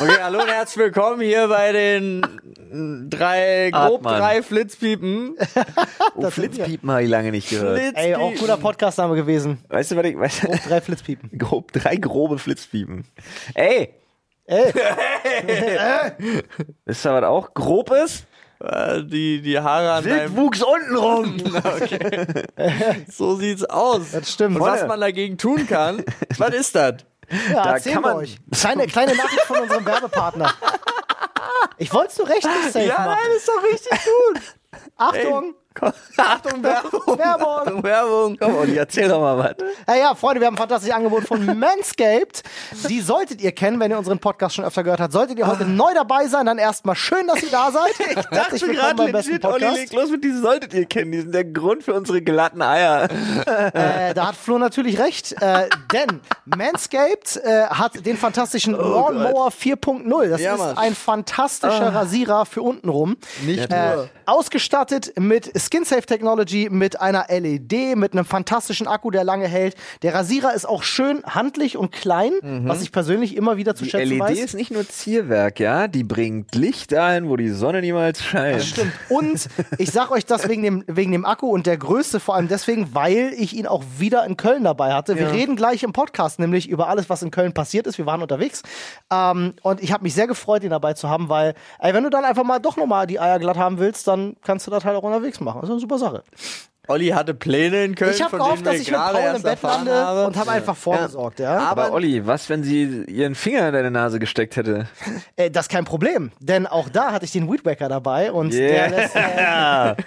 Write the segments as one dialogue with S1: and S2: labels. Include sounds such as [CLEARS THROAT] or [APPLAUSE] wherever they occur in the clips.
S1: Okay, hallo und herzlich willkommen hier bei den drei, grob
S2: Atman.
S1: drei Flitzpiepen.
S2: Oh, Flitzpiepen habe ich lange nicht gehört.
S1: Flitzpiepen.
S3: Ey, auch guter Podcastname gewesen.
S2: Weißt du, was ich, weißt du, [LAUGHS]
S3: Drei Flitzpiepen.
S2: grob, drei grobe Flitzpiepen. Ey, [LAUGHS]
S3: Ey,
S2: ist da was auch grob ist?
S1: Äh, Die, die Haare an deinem...
S2: Wildwuchs unten rum.
S1: So sieht's aus.
S3: Das stimmt.
S1: Und was
S2: Wolle.
S1: man dagegen tun [LAUGHS] kann, was ist das?
S3: ja,
S2: Da
S3: erzählen
S2: kann
S3: wir
S2: man-
S3: euch. Kleine, kleine Nachricht von unserem Werbepartner. Ich wollte es nur rechtlich safe
S1: Ja, nein,
S3: machen.
S1: ist doch richtig gut.
S3: [LAUGHS] Achtung, [LAUGHS]
S1: Achtung, Werbung.
S3: Werbung.
S1: Achtung, Werbung.
S2: Komm, Olli, erzähl doch mal was.
S3: Ja, ja, Freunde, wir haben ein fantastisches Angebot von Manscaped. Die solltet ihr kennen, wenn ihr unseren Podcast schon öfter gehört habt. Solltet ihr heute neu dabei sein, dann erstmal schön, dass ihr da seid. Ich
S2: Dachte Ah. [LAUGHS] ich gerade legit, Olli, leg los mit diesen solltet ihr kennen. Die sind der Grund für unsere glatten Eier.
S3: Äh, da hat Flo natürlich recht, äh, denn Manscaped äh, hat den fantastischen Lawnmower 4.0. Das
S1: Oh Ja,
S3: ist
S1: Mann. Ah.
S3: ein fantastischer Rasierer für untenrum. Äh,
S1: Nicht nur.
S3: Ausgestattet mit SkinSafe Technology, mit einer LED, mit einem fantastischen Akku, der lange hält. Der Rasierer ist auch schön handlich und klein,
S1: Mhm.
S3: was ich persönlich immer wieder zu
S1: E
S3: schätzen
S2: LED
S3: weiß.
S2: ist nicht nur Zierwerk, ja? Die bringt Licht ein, wo die Sonne niemals scheint.
S3: Stimmt. Und ich sag euch das wegen dem, wegen dem Akku und der Größe vor allem deswegen, weil ich ihn auch wieder in Köln dabei hatte. Wir reden gleich im Podcast nämlich über alles, was in Köln passiert ist. Wir waren unterwegs. Ähm, und ich habe mich sehr gefreut, ihn dabei zu haben, weil, ey, wenn du dann einfach mal doch nochmal die Eier glatt haben willst, dann kannst du das halt auch unterwegs machen. Das ist eine super Sache.
S1: Olli hatte Pläne in Köln,
S3: Ich habe
S1: von
S3: gehofft,
S1: denen
S3: dass
S1: wir
S3: ich mit
S1: gerade
S3: Paul im
S1: erst
S3: Bett
S1: erfahren
S3: lande
S1: haben.
S3: und habe einfach vorgesorgt, ja.
S1: Aber-
S2: Aber, Olli, was, wenn sie ihren Finger in deine Nase gesteckt hätte?
S3: Äh, das ist kein Problem, denn auch da hatte ich den Weedwacker dabei und der,
S2: Yeah.
S3: lässt,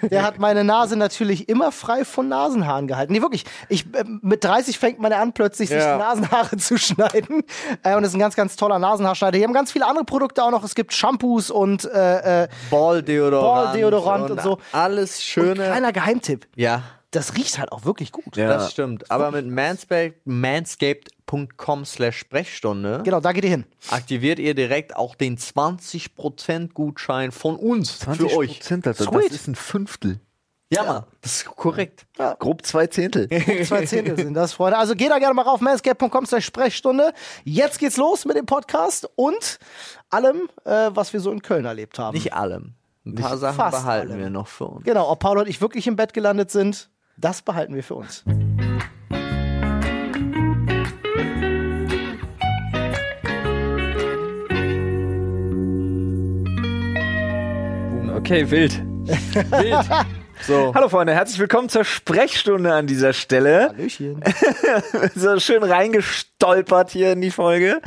S2: [LAUGHS]
S3: äh, der hat meine Nase natürlich immer frei von Nasenhaaren gehalten. Nee, wirklich. Ich, äh, mit 30 fängt man ja an, plötzlich sich
S1: Ja.
S3: die Nasenhaare zu schneiden. Äh, und das ist ein ganz, ganz toller Nasenhaarschneider. Die haben ganz viele andere Produkte auch noch. Es gibt Shampoos und äh, äh,
S1: Ball-Deodorant.
S3: Ball-Deodorant und so.
S1: Alles schöne.
S3: kleiner Geheimtipp.
S1: ja,
S3: Das riecht halt auch wirklich gut.
S2: Ja.
S1: das stimmt. Aber mit Manscaped, manscaped.com slash Sprechstunde
S3: Genau, da geht ihr hin.
S1: aktiviert ihr direkt auch den 20% Gutschein von uns für euch.
S2: Prozent, also,
S3: Sweet.
S2: das ist ein Fünftel.
S1: Ja, Mann, das ist korrekt.
S2: Grob zwei [LAUGHS] Zehntel.
S3: Zwei Zehntel sind das, Freunde. Also geht da gerne mal rauf, manscape.com zur Sprechstunde. Jetzt geht's los mit dem Podcast und allem, äh, was wir so in Köln erlebt haben.
S1: Nicht allem. Ein paar Sachen
S3: fast
S1: behalten
S3: allem.
S1: wir noch für uns.
S3: Genau, ob Paul und ich wirklich im Bett gelandet sind, das behalten wir für uns.
S2: Okay, wild.
S1: Bild. So.
S2: Hallo Freunde, herzlich willkommen zur Sprechstunde an dieser Stelle.
S3: Hallöchen.
S2: So schön reingestolpert hier in die [LAUGHS] Folge.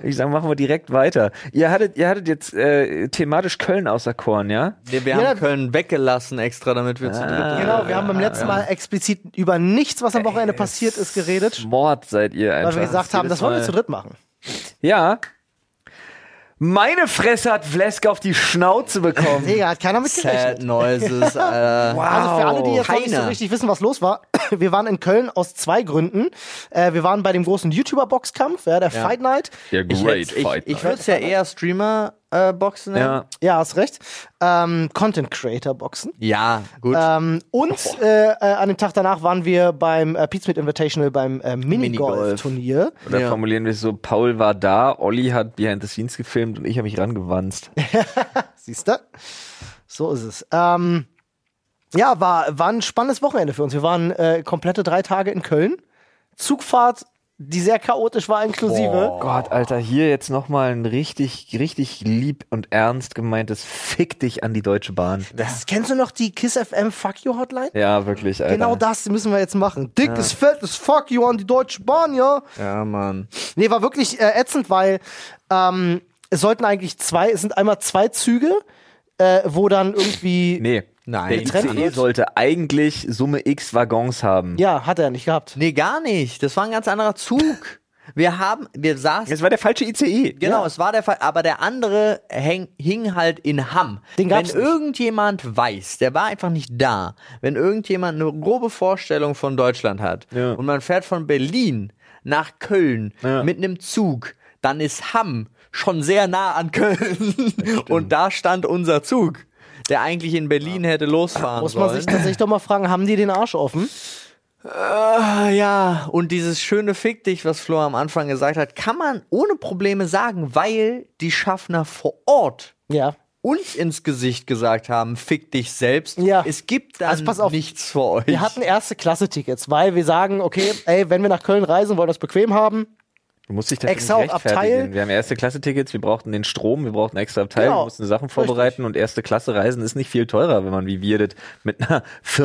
S2: Ich sage, machen wir direkt weiter. Ihr hattet, ihr hattet jetzt äh, thematisch Köln außer Korn, ja?
S1: Wir, wir
S3: Ja,
S1: haben Köln weggelassen extra, damit wir zu dritt
S3: Genau, wir haben beim letzten Mal explizit über nichts, was am Wochenende passiert ist, geredet,
S2: Mord seid ihr einfach.
S3: weil wir gesagt haben, das wollen wir zu dritt machen.
S2: Ja. Meine Fresse hat Vlesk auf die
S1: [LAUGHS]
S2: Schnauze bekommen.
S3: Digga, hat keiner mit gerechnet.
S1: Sad
S3: [LAUGHS]
S1: Noises. Äh,
S3: Also für alle, die jetzt noch nicht so
S1: Keiner.
S3: richtig wissen, was los war, [CLEARS THROAT] wir waren in Köln aus zwei Gründen. Äh, wir waren bei dem großen YouTuber-Boxkampf, ja, der Fight Night.
S2: Der
S1: Ich, hätt's- ich, ich würde es ja eher Streamer-Boxen nennen.
S2: ja.
S3: Ja, hast recht. Ähm, Content Creator Boxen.
S1: Ja, gut.
S3: Ähm, und äh, äh, an dem Tag danach waren wir beim äh, Pizza Invitational beim äh, Minigolf-Turnier.
S2: Oder
S1: Ja.
S2: formulieren wir es so, Paul war da, Olli hat Behind the Scenes gefilmt und ich habe
S1: [LAUGHS]
S2: mich rangewanzt.
S3: Siehst du? So ist es. Ähm, ja, war, war ein spannendes Wochenende für uns. Wir waren äh, komplette drei Tage in Köln. Zugfahrt, die sehr chaotisch war, inklusive.
S2: Oh Gott, Alter, hier jetzt nochmal ein richtig, richtig lieb und ernst gemeintes Fick dich an die Deutsche Bahn.
S3: Das, kennst du noch die Kiss FM Fuck You Hotline?
S2: Ja, wirklich, Alter.
S3: Genau das müssen wir jetzt machen. Dickes, fettes Fuck You an die Deutsche Bahn, ja.
S1: ja, Mann.
S3: Nee, war wirklich äh, ätzend, weil ähm, es sollten eigentlich zwei, es sind einmal zwei Züge, äh, wo dann irgendwie.
S2: Nee.
S1: Nein.
S2: Der ICE
S3: Getrennt?
S2: sollte eigentlich Summe X Waggons haben.
S3: Ja, hat er nicht gehabt.
S1: Nee, gar nicht. Das war ein ganz anderer Zug. Wir haben, wir saßen.
S2: Es war der falsche E. ICE.
S1: Genau, es war der Fall, aber der andere häng, hing halt in Hamm. wenn
S3: Den gab's nicht.
S1: irgendjemand weiß, der war einfach nicht da, wenn irgendjemand eine grobe Vorstellung von Deutschland hat
S2: Ja.
S1: und man fährt von Berlin nach Köln
S2: Ja.
S1: mit einem Zug, dann ist Hamm schon sehr nah an Köln und da stand unser Zug, der eigentlich in Berlin hätte losfahren
S3: Muss man
S1: sollen.
S3: sich tatsächlich doch mal fragen, haben die den Arsch offen? Ah,
S1: Äh, ja, und dieses schöne Fick dich, was Flo am Anfang gesagt hat, kann man ohne Probleme sagen, weil die Schaffner vor Ort
S3: Ja.
S1: uns ins Gesicht gesagt haben, fick dich selbst.
S3: Ja.
S1: Es gibt dann
S3: Also pass auf,
S1: nichts für euch.
S3: Wir hatten erste Klasse-Tickets, weil wir sagen, okay, ey, wenn wir nach Köln reisen, wollen wir es bequem haben.
S2: Du musst dich dafür
S3: Extra
S2: nicht
S3: auf
S2: rechtfertigen.
S3: Abteil.
S2: Wir haben erste Klasse Tickets, wir brauchten den Strom, wir brauchten extra Abteil,
S3: Genau.
S2: wir mussten Sachen vorbereiten und erste Klasse Reisen ist nicht viel teurer, wenn man wie wir das mit einer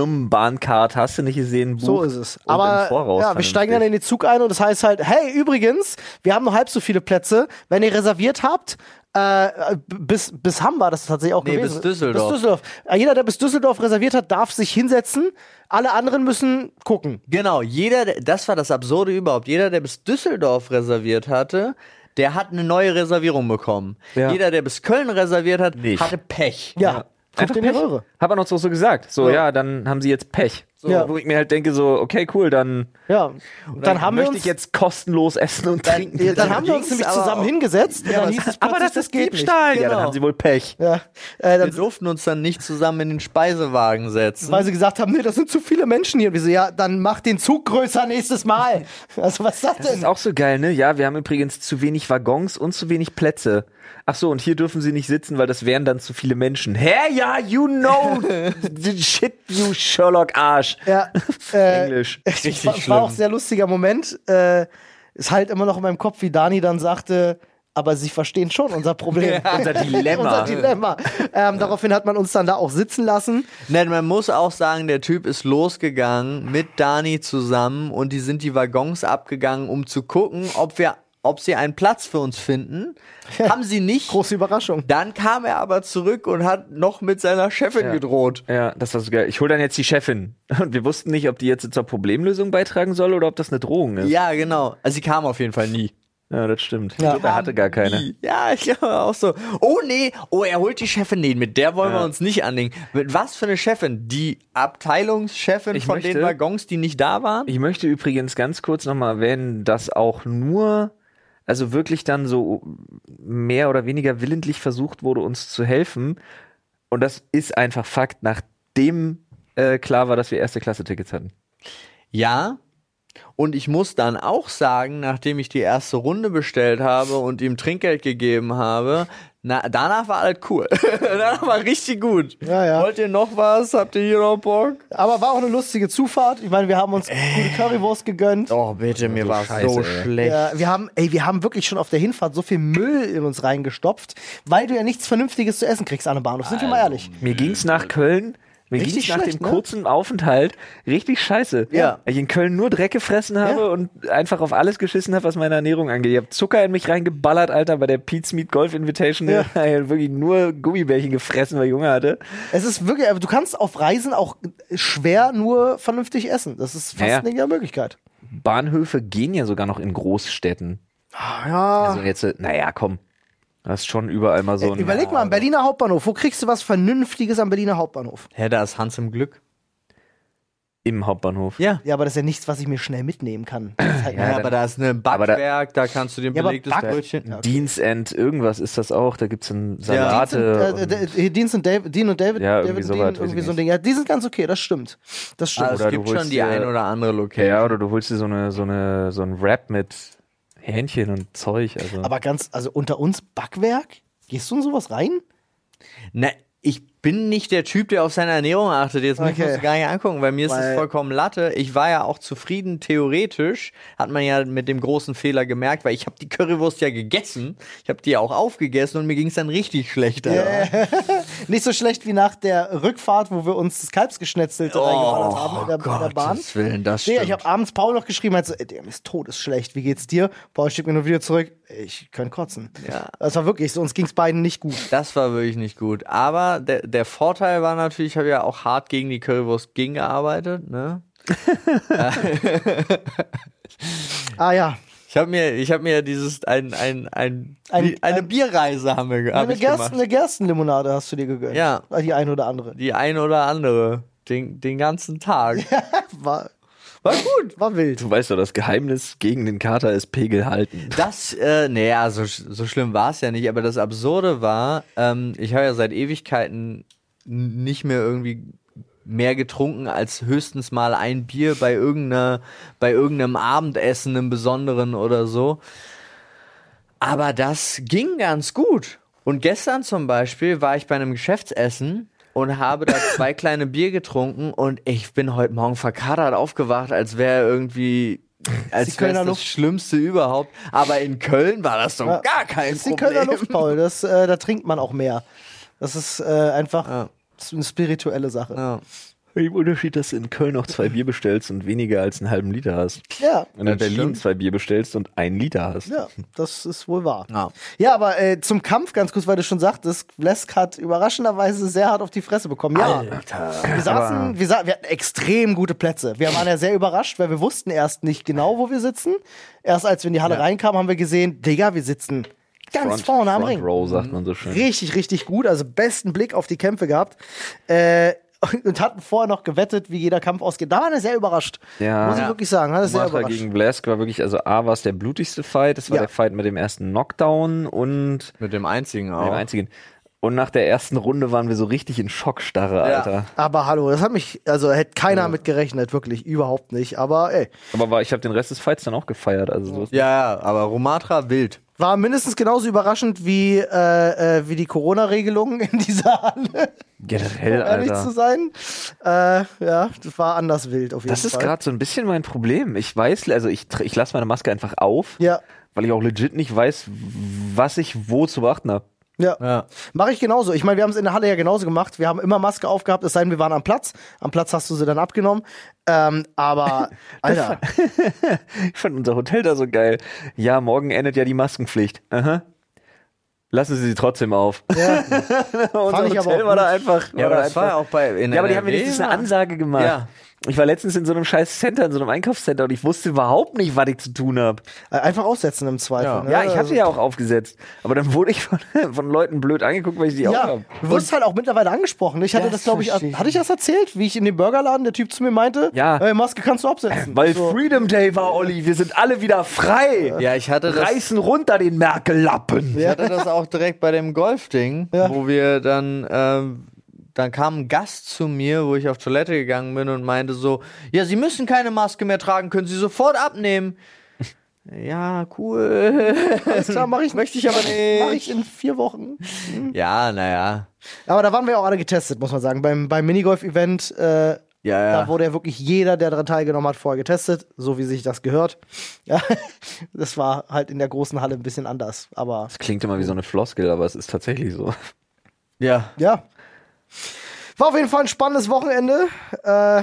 S2: Firmenbahncard hast du nicht gesehen. Bucht
S3: So ist es.
S2: und im
S3: Aber
S2: Voraus
S3: ja, wir steigen dann in den Zug ein und das heißt halt, hey, übrigens, wir haben noch halb so viele Plätze. Wenn ihr reserviert habt, äh, b- bis, bis Hamm war das tatsächlich auch
S1: Nee,
S3: gewesen.
S1: bis Düsseldorf.
S3: Bis Düsseldorf. Äh, Jeder, der bis Düsseldorf reserviert hat, darf sich hinsetzen. Alle anderen müssen gucken.
S1: Genau, jeder, der- das war das Absurde überhaupt. Jeder, der bis Düsseldorf reserviert hatte, der hat eine neue Reservierung bekommen.
S2: Ja.
S1: Jeder, der bis Köln reserviert hat,
S2: Nicht.
S1: hatte Pech.
S3: Ja,
S2: Ja.
S3: guckt in die Röhre.
S2: Hab er noch so, so gesagt. So, ja. dann haben sie jetzt Pech. So,
S3: Ja.
S2: Wo ich mir halt denke, so, okay, cool, dann,
S3: Ja, und dann, haben wir
S2: möchte
S3: uns,
S2: ich jetzt kostenlos essen und trinken.
S3: ja, dann haben wir uns
S1: ging's
S3: nämlich
S1: aber
S3: zusammen
S1: auch-
S3: hingesetzt und dann hieß es
S2: aber
S3: plötzlich,
S2: das ist
S3: geht nicht.
S2: Diebstahl. Ja, dann
S1: Genau.
S2: haben sie wohl Pech.
S3: Ja, äh,
S1: Wir
S3: dann,
S1: durften uns dann nicht zusammen in den Speisewagen setzen.
S3: weil sie gesagt haben, nee, das sind zu viele Menschen hier. Und wir so, ja, dann mach den Zug größer
S2: [LAUGHS]
S3: nächstes Mal. Also was ist das
S2: Das
S3: denn?
S2: ist auch so geil, ne? Ja, wir haben übrigens zu wenig Waggons und zu wenig Plätze. Ach so, und hier dürfen sie nicht sitzen, weil das wären dann zu viele Menschen. Hä? Ja, you
S3: [LAUGHS]
S2: know the shit, you Sherlock Arsch. [LAUGHS]
S3: ja, äh, [LAUGHS]
S2: Englisch.
S3: Richtig war, war auch ein sehr lustiger Moment. Äh, ist halt immer noch in meinem Kopf, wie Dani dann sagte, aber sie verstehen schon unser Problem. [LAUGHS]
S2: Unser
S3: unser
S2: Dilemma.
S3: Dilemma. Ähm, daraufhin hat man uns dann da auch sitzen lassen.
S1: Nein, man muss auch sagen, der Typ ist losgegangen mit Dani zusammen und die sind die Waggons abgegangen, um zu gucken, ob wir, ob sie einen Platz für uns finden. Haben sie nicht.
S3: Große Überraschung.
S1: Dann kam er aber zurück und hat noch mit seiner Chefin
S2: Ja.
S1: gedroht.
S2: Ja, das war so geil. Ich hol dann jetzt die Chefin. [LAUGHS] Und wir wussten nicht, ob die jetzt zur Problemlösung beitragen soll oder ob das eine Drohung ist.
S1: Ja, genau. Also sie kam auf jeden Fall nie.
S2: Ja, das stimmt.
S3: Ja.
S2: Ich glaube, er hatte gar keine.
S1: Ja, ich glaube auch so. Oh nee, oh, er holt die Chefin. Nee, mit der wollen
S2: Ja.
S1: wir uns nicht anlegen. Mit was für eine Chefin? Die Abteilungschefin
S2: Ich
S1: von den
S2: möchte-
S1: Waggons, die nicht da waren?
S2: Ich möchte übrigens ganz kurz nochmal erwähnen, dass auch nur, also wirklich dann so mehr oder weniger willentlich versucht wurde, uns zu helfen. Und das ist einfach Fakt, nachdem äh, klar war, dass wir erste Klasse Tickets hatten.
S1: Ja. Und ich muss dann auch sagen, nachdem ich die erste Runde bestellt habe und ihm Trinkgeld gegeben habe, na, danach war alles cool. [LAUGHS] danach war richtig gut.
S3: Ja, ja.
S1: Wollt ihr noch was? Habt ihr hier noch Bock?
S3: Aber war auch eine lustige Zufahrt. Ich meine, wir haben uns gute Currywurst gegönnt.
S1: Oh, bitte, mir
S2: So
S1: war
S2: scheiße,
S1: so
S2: ey.
S1: schlecht. Also,
S3: Ja, wir haben, ey, wir haben wirklich schon auf der Hinfahrt so viel Müll in uns reingestopft, weil du ja nichts Vernünftiges zu essen kriegst an einem Bahnhof. Sind wir mal ehrlich?
S2: Mir ging's nach Köln. Mir
S3: Äh, Richtig
S2: ging's nach
S3: schlecht,
S2: dem
S3: ne?
S2: kurzen Aufenthalt richtig scheiße.
S1: Ja.
S2: Weil ich in Köln nur Dreck gefressen habe und einfach auf alles geschissen habe, was meine Ernährung angeht. Ich habe Zucker in mich reingeballert, Alter, bei der Pete's Meat Golf Invitation.
S3: Ja.
S2: [LAUGHS] Ich hab wirklich nur Gummibärchen gefressen, weil ich Hunger hatte.
S3: Es ist wirklich, aber du kannst auf Reisen auch schwer nur vernünftig essen. Das ist fast
S2: Ja, ja.
S3: eine Möglichkeit.
S2: Bahnhöfe gehen ja sogar noch in Großstädten.
S3: ja.
S2: Also jetzt, äh, naja, komm. Das ist schon überall Äh, mal so ein.
S3: Überleg mal, am Berliner Hauptbahnhof, wo kriegst du was Vernünftiges am Berliner Hauptbahnhof?
S1: Hä, da ist Hans im Glück.
S2: Im Hauptbahnhof.
S1: Ja.
S3: Ja, aber das ist ja nichts, was ich mir schnell mitnehmen kann. Das ist halt
S1: Ja, aber da ist ein Backwerk, da, kannst du den
S3: Ja, aber
S1: belegtes
S3: Back-
S1: Brötchen.
S2: Dienstend, irgendwas ist das auch. Da gibt's dann Salate.
S3: Dienst und,
S2: und-
S3: äh, D- Dienst und Dave, Dean und David,
S2: Ja,
S3: David
S2: irgendwie
S3: und Dean,
S2: sowas, weiß ich
S3: irgendwie so ein
S2: nicht. Also
S3: Ding. Ja, die sind ganz okay, das stimmt. Das stimmt.
S1: Ah, es
S2: Oder du
S1: gibt
S2: holst
S1: schon die
S2: dir-
S1: ein oder andere Location.
S2: Ja, oder du holst dir so eine, so eine, so ein Wrap mit Hähnchen und Zeug. Also.
S3: aber ganz, also unter uns Backwerk? Gehst du in sowas rein?
S1: Na, ich bin nicht der Typ, der auf seine Ernährung achtet. Jetzt muss ich
S3: Okay.
S1: das gar nicht angucken, weil mir ist
S3: Weil-
S1: das vollkommen Latte. Ich war ja auch zufrieden, theoretisch, hat man ja mit dem großen Fehler gemerkt, weil ich habe die Currywurst ja gegessen. Ich habe die ja auch aufgegessen und mir ging es dann richtig schlecht. Yeah.
S3: [LAUGHS] Nicht so schlecht wie nach der Rückfahrt, wo wir uns das Kalbsgeschnetzelte
S2: Oh,
S3: reingeballert haben in der, in der Bahn.
S1: Oh Willen, das
S3: Digga, ich habe abends Paul noch geschrieben, hat so, ey, dem ist todesschlecht, wie geht's dir? Paul schickt mir nur wieder zurück, ich könnte kotzen.
S1: Ja.
S3: Das war wirklich so, uns ging's beiden nicht gut.
S1: Das war wirklich nicht gut. Aber der, der Vorteil war natürlich, ich habe ja auch hart gegen die Currywurst gegengearbeitet. Ne?
S3: Ah ja,
S1: Ich habe mir, ich habe mir dieses ein, ein, ein,
S3: Ein-
S1: eine
S3: ein-
S1: Bierreise haben wir ge- hab
S3: eine,
S1: ich gemacht.
S3: Gersten, eine Gerstenlimonade hast du dir gegönnt. Ah,
S1: Ja.
S3: Die eine oder andere.
S1: Die eine oder andere. Den, den ganzen Tag.
S3: [LAUGHS] War,
S1: War gut.
S3: war wild.
S2: du weißt doch, das Geheimnis gegen den Kater ist Pegel halten.
S1: Das, äh, naja, so, sch- so schlimm war es ja nicht, aber das Absurde war, ähm, ich habe ja seit Ewigkeiten n- nicht mehr irgendwie mehr getrunken als höchstens mal ein Bier bei irgendeiner, bei irgendeinem Abendessen, einem besonderen oder so. Aber das ging ganz gut. Und gestern zum Beispiel war ich bei einem Geschäftsessen und habe
S2: [COUGHS]
S1: da zwei kleine Bier getrunken und ich bin heute Morgen verkadert aufgewacht, als wäre irgendwie, als wäre
S3: Kölner
S1: das
S3: Luft.
S1: Schlimmste überhaupt. Aber in Köln war das doch
S3: Ja.
S1: gar kein
S3: Das ist die
S1: Problem.
S3: Kölner Luft, Paul. Das, äh, da trinkt man auch mehr. Das ist äh, einfach s- eine spirituelle Sache.
S1: Ja.
S2: Im Unterschied, dass du in Köln auch zwei Bier bestellst und weniger als einen halben Liter hast.
S3: Ja.
S2: Und in
S1: Das
S2: Berlin
S1: stimmt.
S2: zwei Bier bestellst und einen Liter hast.
S3: Ja, das ist wohl wahr.
S1: Ja.
S3: Ja, aber äh, zum Kampf ganz kurz, weil du schon sagtest, Blesk hat überraschenderweise sehr hart auf die Fresse bekommen. Ja, wir saßen, wir, sa wir hatten extrem gute Plätze. Wir waren ja sehr überrascht, weil wir wussten erst nicht genau, wo wir sitzen. Erst als wir in die Halle reinkamen, haben wir gesehen, Digga, wir sitzen ganz
S2: Front,
S3: vorne am
S2: Front
S3: Ring.
S2: Row, sagt man so schön.
S3: Richtig, richtig gut. Also besten Blick auf die Kämpfe gehabt. Äh, [LAUGHS] und- und hatten vorher noch gewettet, wie jeder Kampf ausgeht. Da waren wir sehr überrascht.
S2: Ja.
S3: Muss ich
S2: Ja.
S3: wirklich sagen, hat es sehr
S2: Matra
S3: überrascht.
S2: gegen Blask war wirklich, also A war es der blutigste Fight, das war
S3: Ja.
S2: der Fight mit dem ersten Knockdown und
S1: Mit dem einzigen auch.
S2: dem einzigen. Und nach der ersten Runde waren wir so richtig in Schockstarre,
S1: Ja.
S2: Alter.
S3: Aber hallo, das hat mich, also hätte keiner mit gerechnet, wirklich, überhaupt nicht. Aber ey,
S2: Aber war, ich habe den Rest des Fights dann auch gefeiert. Also so.
S1: Ja, ja, aber Romatra wild.
S3: war mindestens genauso überraschend wie, äh, äh, wie die Corona-Regelungen in dieser Halle,
S2: generell,
S3: um ehrlich zu sein. Äh, ja, das war anders wild auf jeden
S2: Das ist
S3: Fall.
S2: gerade so ein bisschen mein Problem. Ich weiß, also ich, tr- ich lasse meine Maske einfach auf,
S3: Ja,
S2: weil ich auch legit nicht weiß, was ich wo zu beachten habe.
S3: ja.
S1: Ja.
S3: Mache ich genauso. Ich meine, wir haben es in der Halle ja genauso gemacht. Wir haben immer Maske aufgehabt, es sei denn, wir waren am Platz. Am Platz hast du sie dann abgenommen. Ähm,
S2: [LAUGHS]
S3: aber, Alter,
S2: [LAUGHS] Ich fand unser Hotel da so geil. Ja, morgen endet ja die Maskenpflicht. Aha. Lassen Sie sie trotzdem auf.
S3: ja,
S2: [LAUGHS] Unser
S3: ich
S2: Hotel
S3: aber auch
S2: war da
S3: gut.
S2: einfach.
S1: Ja, aber
S2: da
S1: das war ja auch bei. In
S2: Ja, aber die haben mir
S1: NRW
S2: letztens eine
S1: war-
S2: Ansage gemacht.
S1: Ja.
S2: Ich war letztens in so einem scheiß Center, in so einem Einkaufscenter und ich wusste überhaupt nicht, was ich zu tun habe.
S3: einfach aussetzen im Zweifel.
S1: Ja.
S3: ne?
S2: Ja, ich
S3: Also-
S2: hatte ja auch aufgesetzt. Aber dann wurde ich von, [LAUGHS] von Leuten blöd angeguckt, weil ich die auch
S3: Ja,
S2: habe.
S3: du wurdest halt auch mittlerweile angesprochen. Ich hatte das,
S2: Das
S3: glaube ich,
S2: verstehe ich
S3: hatte ich das erzählt, wie ich in dem Burgerladen der Typ zu mir meinte,
S2: Ja.
S3: äh, Maske kannst du absetzen.
S2: Weil
S3: so.
S2: Freedom Day war, Olli. Wir sind alle wieder frei.
S1: Ja, ich hatte das.
S2: Reißen runter den Merkel-Lappen.
S1: Ich hatte das auch direkt bei dem Golfding,
S3: [LAUGHS] Ja.
S1: wo wir dann, ähm, dann kam ein Gast zu mir, wo ich auf Toilette gegangen bin und meinte so, ja, Sie müssen keine Maske mehr tragen, können Sie sofort abnehmen. [LAUGHS] Ja,
S3: [LAUGHS]
S1: cool.
S3: Alles klar,
S1: [LAUGHS]
S3: mach ich,
S1: Möchte ich aber nicht.
S3: Mach ich in vier Wochen.
S1: Ja, naja.
S3: Aber da waren wir auch alle getestet, muss man sagen. Beim, beim Minigolf-Event, äh,
S1: Ja, ja.
S3: da wurde ja wirklich jeder, der daran teilgenommen hat, vorher getestet, so wie sich das gehört. Ja, [LAUGHS] das war halt in der großen Halle ein bisschen anders. Aber
S2: Das klingt immer wie so eine Floskel, aber es ist tatsächlich so.
S1: ja.
S3: ja. War auf jeden Fall ein spannendes Wochenende. Äh,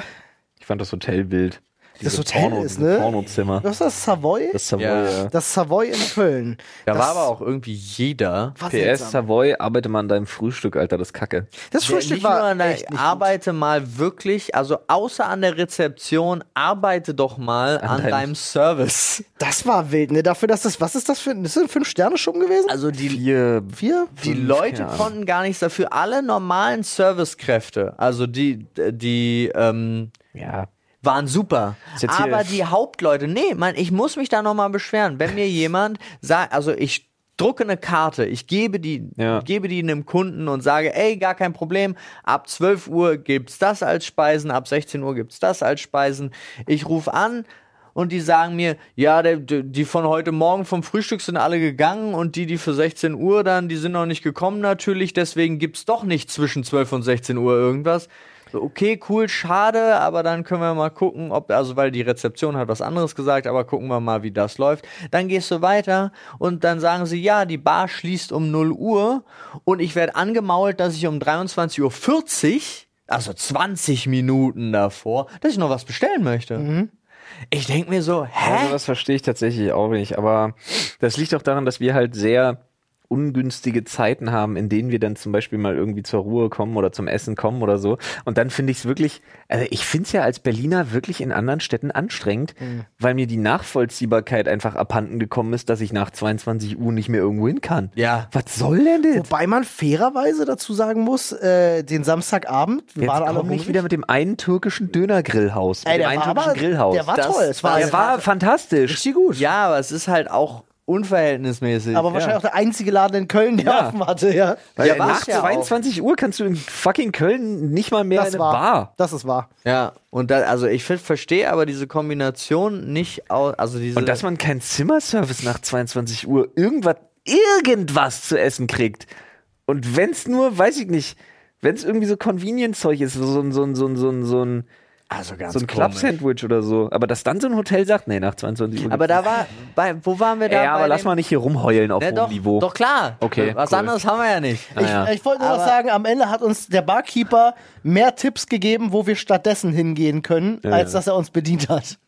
S2: Ich fand das Hotel wild. Diese
S3: Hotel ist,
S2: diese
S3: ne?
S2: Pornozimmer.
S3: was ist das? Savoy?
S2: Das Savoy.
S1: Ja.
S2: ja.
S3: Das Savoy in Köln.
S1: Da
S3: das
S1: war aber auch irgendwie jeder.
S3: war
S2: PS
S3: seltsam.
S2: Savoy, arbeite mal an deinem Frühstück, Alter, das ist Kacke.
S3: Das
S1: Der-
S3: Frühstück
S1: nicht
S3: war
S1: nur an der,
S3: echt nicht gut.
S1: arbeite mal wirklich, also außer an der Rezeption, arbeite doch mal an,
S2: deinem-
S1: deinem Service.
S3: Das war wild, ne? Dafür, dass das, was ist das für, ist das ein Fünf-Sterne-Schuppen gewesen?
S1: Also die,
S2: Vier.
S3: Vier?
S1: die
S2: Fünf,
S1: Leute
S2: keine Ahnung.
S1: konnten gar nichts dafür. Alle normalen Servicekräfte, also die, die ähm,
S2: Ja.
S1: waren super.
S2: Ist jetzt hier-
S1: Aber die Hauptleute, nee, man, ich muss mich da nochmal beschweren. Wenn
S2: [LAUGHS]
S1: mir jemand sagt, also ich drucke eine Karte, ich gebe die,
S2: Ja.
S1: gebe die einem Kunden und sage, ey, gar kein Problem, ab 12 Uhr gibt's das als Speisen, ab 16 Uhr gibt's das als Speisen. Ich rufe an und die sagen mir, ja, der, der- die von heute Morgen vom Frühstück sind alle gegangen und die, die für 16 Uhr dann, die sind noch nicht gekommen natürlich, deswegen gibt's doch nicht zwischen 12 und 16 Uhr irgendwas. So, okay, cool, schade, aber dann können wir mal gucken, ob, also weil die Rezeption hat was anderes gesagt, aber gucken wir mal, wie das läuft. Dann gehst du weiter und dann sagen sie, ja, die Bar schließt um 0 Uhr und ich werde angemault, dass ich um 23.40 Uhr, also 20 Minuten davor, dass ich noch was bestellen möchte. Ich denke mir so,
S2: Also
S1: hä?
S2: das verstehe ich tatsächlich auch nicht, aber das liegt auch daran, dass wir halt sehr ungünstige Zeiten haben, in denen wir dann zum Beispiel mal irgendwie zur Ruhe kommen oder zum Essen kommen oder so. Und dann finde ich es wirklich, also ich finde es ja als Berliner wirklich in anderen Städten anstrengend,
S3: Mhm.
S2: weil mir die Nachvollziehbarkeit einfach abhanden gekommen ist, dass ich nach 22 Uhr nicht mehr irgendwo hin kann.
S1: Ja.
S2: Was soll denn das?
S3: Wobei man fairerweise dazu sagen muss, äh, den Samstagabend, wir
S2: Jetzt
S3: waren alle
S2: komm nicht
S3: hungrig.
S2: wieder mit dem einen türkischen Dönergrillhaus. Mit dem
S3: Ey, der
S2: einen
S3: war
S2: türkischen
S3: aber-
S2: Grillhaus.
S3: der war
S2: das,
S3: toll. Es war-
S2: der war fantastisch.
S3: richtig gut.
S1: Ja, aber es ist halt auch unverhältnismäßig.
S3: Aber wahrscheinlich auch der einzige Laden in Köln, der
S2: Ja.
S3: offen hatte, ja.
S2: Weil
S1: Ja,
S2: nach
S1: war's ja auch.
S2: 22 Uhr kannst du in fucking Köln nicht mal mehr
S3: Das
S2: eine
S3: war.
S2: Bar.
S3: Das ist wahr.
S1: Ja, und da, also ich ver- verstehe aber diese Kombination nicht aus, also diese.
S2: Und dass man keinen Zimmerservice nach 22 Uhr irgendwas, irgendwas zu essen kriegt. Und wenn's nur, weiß ich nicht, wenn's irgendwie so Convenience-Zeug ist, so ein, so ein, so ein, so ein, so ein,
S1: also ganz
S2: so ein
S1: komisch.
S2: Club-Sandwich oder so. Aber dass dann so ein Hotel sagt, nee, nach 22 Uhr.
S1: Aber
S2: gibt's
S1: da war, bei, wo waren wir
S2: nicht.
S1: da?
S2: Ey, ja,
S1: bei
S2: aber lass
S1: dem-
S2: mal nicht hier rumheulen auf
S1: Ja,
S2: hohem
S1: doch,
S2: Niveau.
S1: Doch klar.
S2: Okay,
S1: Was
S2: cool.
S1: anderes haben wir ja nicht.
S2: Ah, ja.
S3: Ich, ich wollte nur noch
S1: Aber-
S3: sagen, am Ende hat uns der Barkeeper mehr Tipps gegeben, wo wir stattdessen hingehen können, als dass er uns bedient hat.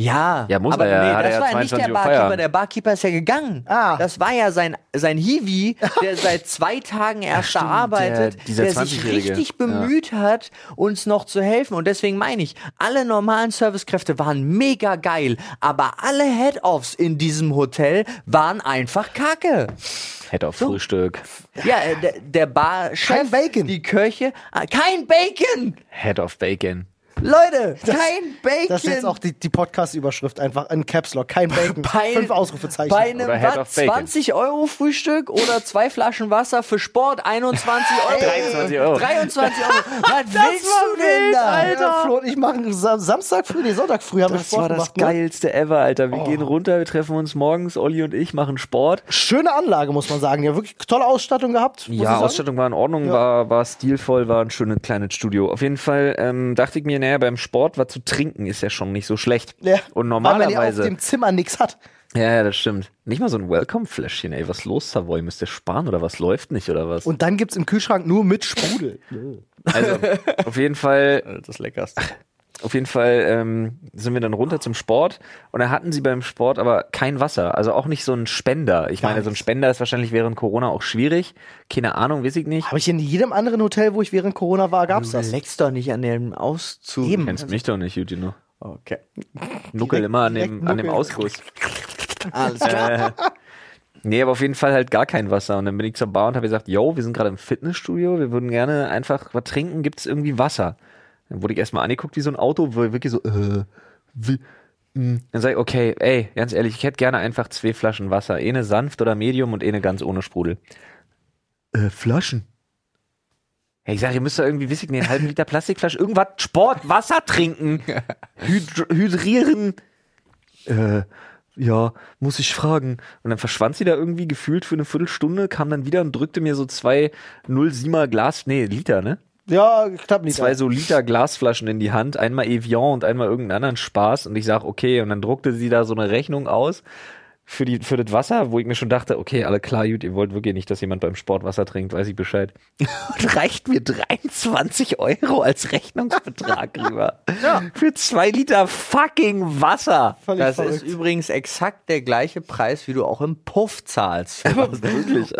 S1: Ja,
S2: Ja, muss
S1: aber
S2: er ja. Hat
S1: das
S2: er ja
S1: war nicht
S2: 22
S1: der
S2: Uhr
S1: Barkeeper.
S2: Feierabend.
S1: Der Barkeeper ist ja gegangen.
S3: Ah.
S1: Das war ja sein, sein
S3: [LAUGHS]
S1: Hiwi, der seit zwei Tagen erst da arbeitet,
S2: der-
S1: der,
S2: dieser
S1: sich
S2: 20-Jährige.
S1: richtig
S2: Ja.
S1: bemüht hat, uns noch zu helfen. Und deswegen meine ich, alle normalen Servicekräfte waren mega geil, aber alle Head-Offs in diesem Hotel waren einfach kacke.
S2: Head auf Frühstück.
S1: Ja, äh, der, der Barchef,
S3: Kein Bacon.
S1: die Köche, ah, kein Bacon!
S2: Head of Bacon.
S1: Leute, kein Bacon!
S3: Das ist jetzt auch die, die Podcast-Überschrift einfach in Caps Lock.
S2: [LAUGHS]
S3: Kein Bacon.
S1: bei,
S3: Fünf Ausrufezeichen.
S1: Bei einem
S2: Oder Head
S1: was,
S2: of Bacon.
S1: 20 Euro Frühstück oder zwei Flaschen Wasser für Sport 21
S2: [LAUGHS]
S1: Euro.
S2: 23 Euro.
S1: 23 Euro. Was willst
S3: war
S1: du denn
S3: wild,
S1: da?
S3: Ja, Flo und ich machen Sam Samstag früh, nee, Sonntag früh haben wir
S2: Das
S3: Sport
S2: war das
S3: gemacht. ne?
S2: geilste ever, Alter.
S1: Oh.
S2: Wir gehen runter, wir treffen uns morgens, Olli und ich machen Sport.
S3: Schöne Anlage, muss man sagen. Ja, wirklich tolle Ausstattung gehabt. muss ich
S2: Ja,
S3: sagen.
S2: Ausstattung war in Ordnung, war, war stilvoll, war ein schönes kleines Studio. Auf jeden Fall ähm, dachte ich mir, naja, beim Sport was zu trinken ist ja schon nicht so schlecht.
S3: Ja.
S2: Und
S3: Weil man ja auf
S2: normalerweise.
S3: dem Zimmer nichts hat.
S2: Ja, ja, das stimmt. Nicht mal so ein Welcome-Fläschchen, ey. Was los, Savoy? Müsst ihr sparen oder was läuft nicht oder was?
S3: Und dann gibt's im Kühlschrank nur mit Sprudel.
S2: Also,
S3: [LAUGHS]
S2: auf jeden Fall
S1: Das leckerste.
S2: auf jeden Fall ähm, sind wir dann runter zum Sport und da hatten sie beim Sport aber kein Wasser, also auch nicht so ein Spender. Ich meine, so ein Spender ist wahrscheinlich während Corona auch schwierig. Keine Ahnung, weiß ich nicht.
S3: Habe ich in jedem anderen Hotel, wo ich während Corona war, gab's
S1: Du
S3: das.
S1: leckst doch nicht an dem Auszug.
S2: Du
S3: Eben.
S2: kennst mich doch nicht, Jutino.
S1: Okay.
S2: Nuckel immer an dem,
S3: direkt
S2: an dem
S3: nuckeln.
S2: Ausguss. Äh,
S1: Alles klar.
S2: Nee, aber auf jeden Fall halt gar kein Wasser. Und dann bin ich zur Bar und habe gesagt, yo, wir sind gerade im Fitnessstudio, wir würden gerne einfach was trinken, gibt es irgendwie Wasser? Dann wurde ich erstmal angeguckt wie so ein Auto, wo ich wirklich so, äh, wie, mh. Dann sage ich, okay, ey, ganz ehrlich, ich hätte gerne einfach zwei Flaschen Wasser. Eine sanft oder medium und eine ganz ohne Sprudel. Äh, Flaschen? Ja, ich sage, ihr müsst doch irgendwie, wissen, einen halben Liter Plastikflasche, irgendwas, Sport, Wasser trinken, Hydr hydrieren äh, ja, muss ich fragen. Und dann verschwand sie da irgendwie gefühlt für eine Viertelstunde, kam dann wieder und drückte mir so zwei 07er Glas, nee, Liter, ne?
S3: Ja, knapp nicht.
S2: Zwei so Liter Glasflaschen in die Hand, einmal Evian und einmal irgendeinen anderen Spaß. Und ich sag, okay, und dann druckte sie da so eine Rechnung aus für, die, für das Wasser, wo ich mir schon dachte, okay, alle klar, gut, ihr wollt wirklich nicht, dass jemand beim Sport Wasser trinkt, weiß ich Bescheid. [LAUGHS] Und reicht mir 23 Euro als Rechnungsbetrag [LAUGHS] rüber. Für zwei Liter fucking Wasser.
S3: Völlig
S1: Das
S3: verrückt.
S1: ist übrigens exakt der gleiche Preis, wie du auch im Puff [LAUGHS] zahlst. Also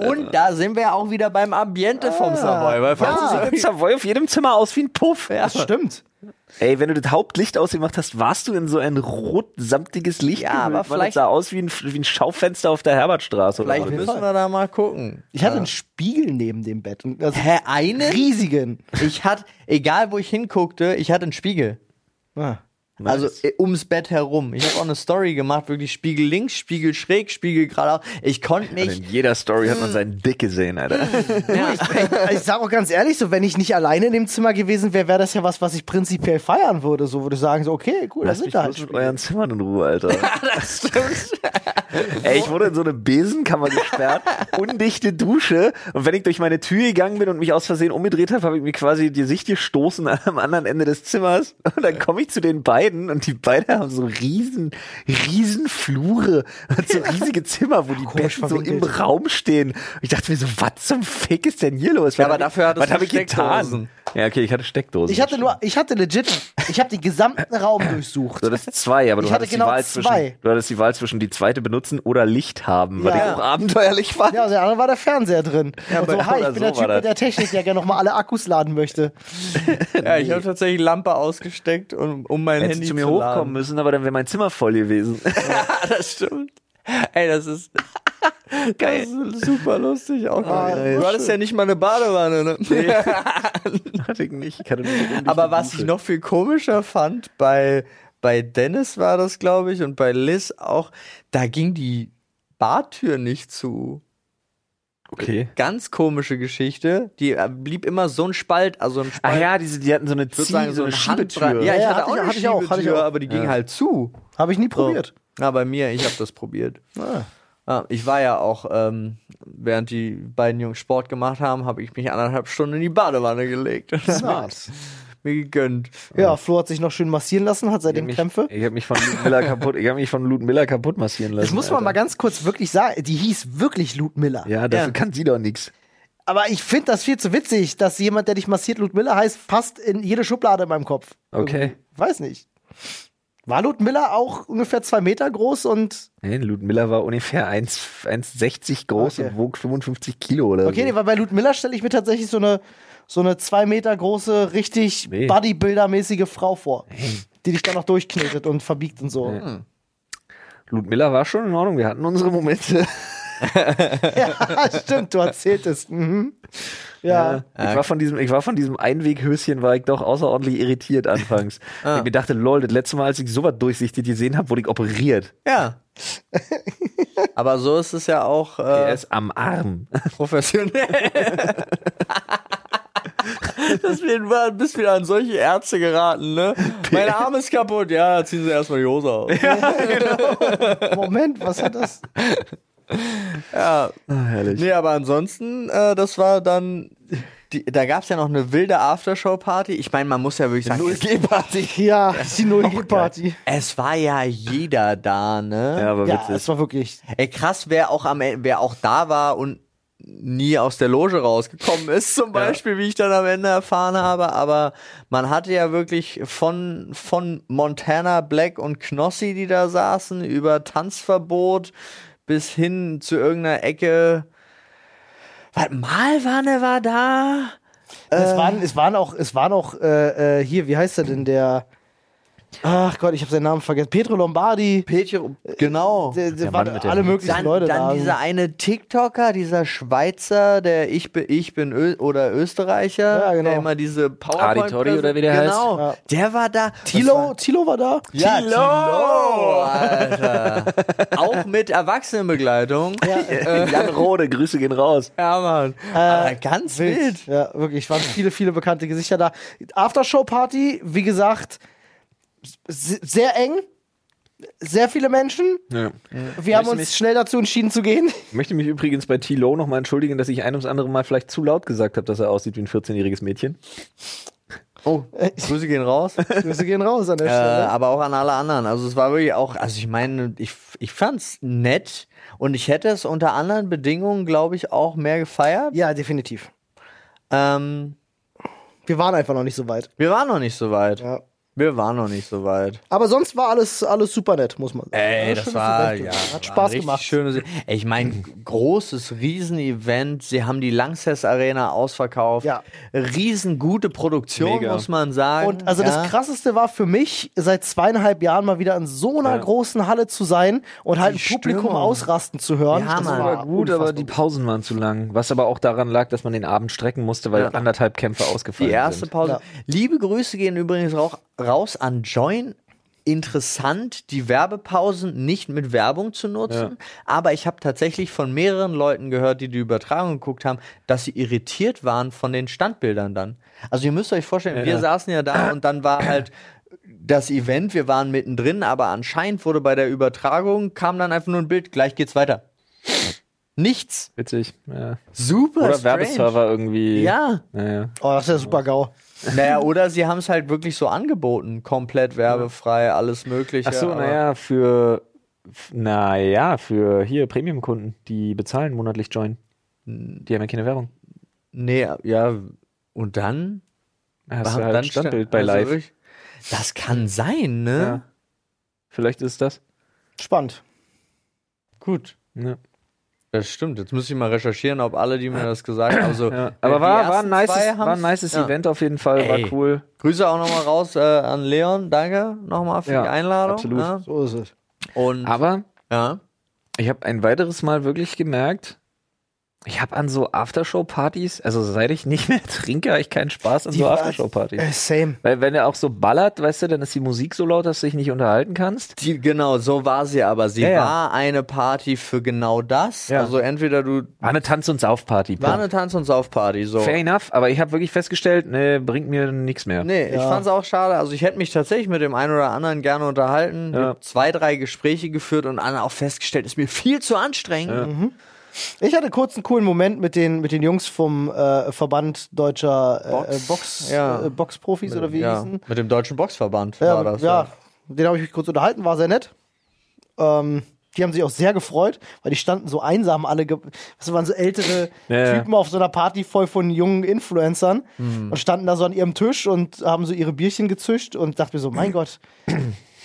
S1: Und da sind wir ja auch wieder beim Ambiente vom Savoy. Weil falls es-
S2: sieht Savoy auf jedem Zimmer aus wie ein Puff. Ja.
S3: das stimmt.
S2: Ey, wenn du das Hauptlicht ausgemacht hast, warst du in so ein rot-samtiges Licht.
S1: Ja, aber
S2: gehüllt, weil
S1: vielleicht-
S2: Das sah aus wie ein, wie ein Schaufenster auf der Herbertstraße.
S1: Vielleicht
S2: oder so.
S1: müssen wir da mal gucken.
S3: Ich hatte einen Spiegel neben dem Bett. Und also
S1: Hä, einen?
S3: riesigen.
S1: Ich hatte, egal wo ich hinguckte, ich hatte einen Spiegel.
S2: [LAUGHS]
S3: Ah.
S1: Also äh, ums Bett herum. Ich habe auch eine Story gemacht, wirklich Spiegel links, Spiegel schräg, Spiegel geradeaus. Ich konnte
S2: In
S1: nicht.
S2: jeder Story
S1: Hm.
S2: hat man seinen Dick gesehen, Alter.
S1: Ja.
S2: [LAUGHS]
S3: Also Ich sag auch ganz ehrlich, so wenn ich nicht alleine in dem Zimmer gewesen wäre, wäre das ja was, was ich prinzipiell feiern würde. So würde ich sagen, so okay, cool, da
S2: Lasst
S3: sind
S2: mich
S3: da
S2: bloß
S3: halt.
S2: mit
S3: Spiegel.
S2: euren Zimmern in Ruhe, Alter. Ey, ich wurde in so eine Besenkammer
S3: [LAUGHS]
S2: gesperrt, undichte Dusche. Und wenn ich durch meine Tür gegangen bin und mich aus Versehen umgedreht habe, habe ich mir quasi die Sicht gestoßen [LAUGHS] am anderen Ende des Zimmers. Und dann komme ich zu den beiden und die beiden haben so riesen, riesen Flure [LAUGHS] und so riesige Zimmer, wo die Betten so im
S3: verwinkelt.
S2: Raum stehen. Und ich dachte mir so, was zum Fick ist denn hier los?
S1: Ja,
S2: Was
S1: aber
S2: hab ich-
S1: dafür hattest
S2: was
S1: du
S2: hab ich getan?
S1: Steckdosen.
S2: Ja, okay, ich hatte Steckdosen.
S3: Ich hatte nur, ich hatte legit, ich habe den gesamten Raum durchsucht.
S2: Du hattest zwei, aber du
S3: [LAUGHS] Ich hatte
S2: hattest
S3: genau
S2: die Wahl
S3: zwei.
S2: zwischen du hattest die Wahl zwischen die zweite benutzen oder Licht haben, weil
S3: Ja.
S2: die auch abenteuerlich war.
S3: Ja, und der andere war der Fernseher drin. und so,
S2: aber-
S3: hi, ich
S2: oder
S3: bin der
S2: so
S3: Typ
S2: war
S3: mit der Technik, der gerne nochmal alle Akkus laden möchte.
S1: Ja, ich habe tatsächlich Lampe ausgesteckt, um, um mein
S2: Hättest
S1: Handy
S2: zu mir
S1: zu
S2: hochkommen
S1: [LAUGHS] laden.
S2: müssen, aber dann wäre mein Zimmer
S1: [LAUGHS]
S2: voll gewesen.
S1: Ja, das stimmt. Ey, das
S2: [LAUGHS]
S1: ist geil. Das ist super lustig. Auch
S2: Ah,
S1: du hattest ja nicht mal eine Badewanne, ne? [LAUGHS]
S2: hatte ich nicht. Ich hatte nur eine
S1: Aber was ich noch viel komischer fand, bei, bei Dennis war das, glaube ich, und bei Liz auch, da ging die Bartür nicht zu.
S2: Okay.
S1: Ganz komische Geschichte. Die äh, blieb immer so ein Spalt, also ein Spalt.
S2: Ach Ah ja, diese, die hatten so eine
S1: ich würde
S2: Zieh,
S1: sagen,
S2: so eine Schiebetür.
S1: Handbreit- Ja, ich
S3: Ja,
S1: hatte,
S3: hatte
S1: auch
S3: ich-
S1: eine
S3: hatte ich auch, hatte ich
S1: Schiebetür,
S3: auch.
S1: aber die ging halt zu.
S3: Habe ich nie
S1: So.
S3: probiert.
S1: Ja, bei mir, ich habe das probiert.
S3: Ah.
S1: Ah, Ich war ja auch, ähm, während die beiden Jungs Sport gemacht haben, habe ich mich anderthalb Stunden in die Badewanne gelegt.
S3: Smart.
S1: Mir gegönnt.
S3: Ah. Ja, Flo hat sich noch schön massieren lassen, hat seitdem
S2: mich,
S3: Krämpfe.
S2: Ich habe mich von Lud Miller kaputt, ich habe mich von Lud Miller kaputt massieren lassen.
S3: Das muss man mal
S2: Alter.
S3: ganz kurz wirklich sagen. Die hieß wirklich Lud Miller.
S2: Ja, dafür
S1: Ja.
S2: kann sie doch nichts.
S3: Aber ich finde das viel zu witzig, dass jemand, der dich massiert, Lud Miller heißt, passt in jede Schublade in meinem Kopf.
S2: Okay.
S3: Weiß nicht. War Lud Miller auch ungefähr zwei Meter groß und.
S2: Nee, Lud Miller war ungefähr 1 1,60 groß
S3: Okay.
S2: und wog 55 Kilo oder
S3: Okay, nee,
S2: so.
S3: weil bei Lud Miller stelle ich mir tatsächlich so eine, so eine zwei Meter große, richtig
S2: Nee.
S3: Bodybuilder-mäßige Frau vor, die dich dann noch durchknetet und verbiegt und so.
S2: Lud Miller war schon in Ordnung, wir hatten unsere Momente.
S3: [LAUGHS] Ja, stimmt, du erzählt es. Mhm. Ja.
S2: Äh, Ich war von diesem, ich war von diesem Einweghöschen, war ich doch außerordentlich
S1: [LAUGHS]
S2: irritiert anfangs.
S1: Ah.
S2: Ich mir dachte, lol, das letzte Mal, als ich sowas durchsichtig gesehen habe, wurde ich operiert.
S3: [LAUGHS]
S1: Ja. aber so ist es ja auch
S2: Er
S1: äh,
S2: ist am Arm.
S1: [LAUGHS] professionell. Deswegen war, bist wieder an solche Ärzte geraten, ne? Mein Arm ist kaputt. Ja, ziehen Sie erstmal die Hose aus.
S3: Moment, was
S2: [LAUGHS]
S3: hat das?
S2: Ah, herrlich.
S1: Nee, aber ansonsten, äh, das war dann. Die, da gab es ja noch eine wilde Aftershow-Party. Ich meine, man muss ja wirklich sagen, es,
S2: G-Party. [LAUGHS]
S3: Ja, die Null-Party.
S1: es war ja jeder da, ne?
S2: Ja, aber
S3: Ja,
S2: witzig.
S3: es war wirklich.
S1: Ey, krass, wer auch am E- wer auch da war und nie aus der Loge rausgekommen ist, zum Beispiel, wie ich dann am Ende erfahren habe. Aber man hatte ja wirklich von, von Montana Black und Knossi, die da saßen, über Tanzverbot bis hin zu irgendeiner Ecke. Was, Malwanne war da?
S2: Äh.
S3: Es waren, es waren auch, es waren auch äh, äh, hier, wie heißt er denn der? Ach Gott, ich habe seinen Namen vergessen. Pietro Lombardi.
S1: Petro, genau.
S3: Der, der
S2: Der
S3: waren
S2: Mann mit der
S3: alle
S2: Mütze.
S3: möglichen
S1: Dann,
S3: Leute
S1: dann
S3: da.
S1: dieser eine TikToker, dieser Schweizer, der ich bin, ich bin Ö oder Österreicher,
S3: Ja, genau.
S1: der immer diese PowerPoint
S2: Adi Tori oder wie der heißt.
S1: genau,
S3: Ja.
S1: der war da.
S3: Tilo, Tilo war da.
S1: Das war, ja, Tilo, [LAUGHS] Alter. Auch mit Erwachsenenbegleitung. [LAUGHS] Ja,
S2: Jan Rode, Grüße gehen raus.
S1: Mann. Aber ganz wild.
S3: Ja, wirklich. Waren viele, viele bekannte Gesichter da. Aftershow-Party, wie gesagt, s- sehr eng. Sehr viele Menschen.
S2: Ja.
S3: Wir haben uns
S2: mich-
S3: schnell dazu entschieden
S1: [LAUGHS]
S3: zu gehen.
S2: Ich möchte mich übrigens bei T-Low nochmal entschuldigen, dass ich ein ums andere Mal vielleicht zu laut gesagt habe, dass er aussieht wie ein 14-jähriges Mädchen.
S1: Oh, Grüße gehen raus.
S3: Grüße gehen raus an
S1: [LAUGHS]
S3: der
S1: Äh,
S3: Stelle.
S1: aber auch an alle anderen. Also es war wirklich auch, also ich meine, ich, ich fand's nett und ich hätte es unter anderen Bedingungen, glaube ich, auch mehr gefeiert.
S3: Ja, definitiv.
S1: Ähm,
S3: Wir waren einfach noch nicht so weit.
S1: wir waren noch nicht so weit.
S3: Ja.
S1: Wir waren noch nicht so weit.
S3: Aber sonst war alles, alles super nett, muss man sagen.
S1: Ey, das
S3: Alles schönes
S1: war,
S3: Event.
S1: ja.
S3: Hat
S1: war ein
S3: Spaß
S1: richtig
S3: gemacht.
S1: Schönes, ey, ich meine, großes Riesenevent. Sie haben die Lanxess Arena ausverkauft.
S3: Ja.
S1: Riesengute Produktion,
S2: Mega.
S1: muss man sagen.
S3: Und also
S1: ja.
S3: das Krasseste war für mich, seit zweieinhalb Jahren mal wieder in so einer
S2: Ja.
S3: großen Halle zu sein und halt ein
S1: Die
S3: Publikum
S1: Stimmung.
S3: ausrasten zu hören.
S1: Ja,
S3: das
S1: Mann.
S2: war gut, aber die
S3: unfassbar.
S2: Pausen waren zu lang. Was aber auch daran lag, dass man den Abend strecken musste, weil anderthalb Kämpfe ausgefallen
S1: Die erste
S2: sind.
S1: Pause.
S3: Ja.
S1: Liebe Grüße gehen übrigens auch raus an Join. Interessant, die Werbepausen nicht mit Werbung zu nutzen, aber ich habe tatsächlich von mehreren Leuten gehört, die die Übertragung geguckt haben, dass sie irritiert waren von den Standbildern dann. Also ihr müsst euch vorstellen, wir
S2: ja.
S1: saßen ja
S2: [COUGHS]
S1: da und dann war halt das Event, wir waren mittendrin, aber anscheinend wurde bei der Übertragung kam dann einfach nur ein Bild, gleich geht's weiter. Nichts.
S2: Witzig. Ja.
S1: Super.
S2: Oder
S1: strange.
S2: Werbeserver irgendwie.
S1: Ja.
S2: Naja.
S3: Oh, das ist ja super GAU.
S1: Naja, oder sie haben es halt wirklich so angeboten. Komplett werbefrei, alles Mögliche.
S2: Ach so,
S1: aber-
S2: naja, für. f- Naja, für hier Premium-Kunden, die bezahlen monatlich Join.
S1: Hm.
S2: Die haben ja keine Werbung.
S1: Nee, ja, und dann?
S2: Da Hast
S1: War-
S2: du halt
S1: dann
S2: ein Standbild
S1: sta-
S2: bei
S1: also
S2: Live.
S1: wirklich- das kann sein, ne?
S2: Ja. Vielleicht ist das.
S3: Spannend.
S1: Gut.
S2: Ja.
S1: Das stimmt. Jetzt muss ich mal recherchieren, ob alle, die mir das gesagt haben. Also,
S2: Ja.
S1: die
S2: Aber war, war ein
S1: ersten
S2: nices,
S1: zwei
S2: war ein
S1: haben's-
S2: nices
S1: ja.
S2: Event auf jeden Fall,
S1: Ey.
S2: war cool.
S1: Grüße auch nochmal raus äh, an Leon. Danke nochmal für
S2: Ja,
S1: die Einladung.
S2: absolut.
S1: Ja.
S3: So ist es.
S1: Und
S2: Aber
S1: ja.
S2: ich habe ein weiteres Mal wirklich gemerkt, Ich habe an so Aftershow-Partys, also seit ich nicht [LAUGHS] mehr trinke, habe ich keinen Spaß an
S3: Die
S2: so
S3: war-
S2: Aftershow-Partys.
S3: Äh, same.
S2: Weil wenn er auch so ballert, weißt du, dann ist die Musik so laut, dass du dich nicht unterhalten kannst.
S1: Die, genau, so war sie aber. Sie
S2: Ja, ja.
S1: war eine Party für genau das.
S2: Ja.
S1: Also entweder du
S2: War eine Tanz- und Saufparty.
S1: war
S2: Punkt.
S1: eine Tanz- und Saufparty. So.
S2: Fair enough, aber ich habe wirklich festgestellt, ne, bringt mir nichts mehr.
S1: Nee, ich
S3: Ja.
S1: fand's auch schade. Also ich hätte mich tatsächlich mit dem einen oder anderen gerne unterhalten,
S2: Ja.
S1: hab zwei, drei Gespräche geführt und Anna auch festgestellt, ist mir viel zu anstrengend.
S3: Ich hatte kurz einen coolen Moment mit den, mit den Jungs vom äh, Verband deutscher äh,
S1: Box?
S3: Box, Box,
S1: Ja.
S3: äh, Boxprofis oder wie
S1: Ja.
S3: hießen.
S1: Mit dem Deutschen Boxverband
S3: Ja,
S1: war das.
S3: Ähm, ja, den habe ich mich kurz unterhalten, war sehr nett. Ähm, die haben sich auch sehr gefreut, weil die standen so einsam alle. ge- Das waren so ältere
S2: Ja, ja.
S3: Typen auf so einer Party voll von jungen Influencern und standen da so an ihrem Tisch und haben so ihre Bierchen gezischt und dachte mir so, mein Gott,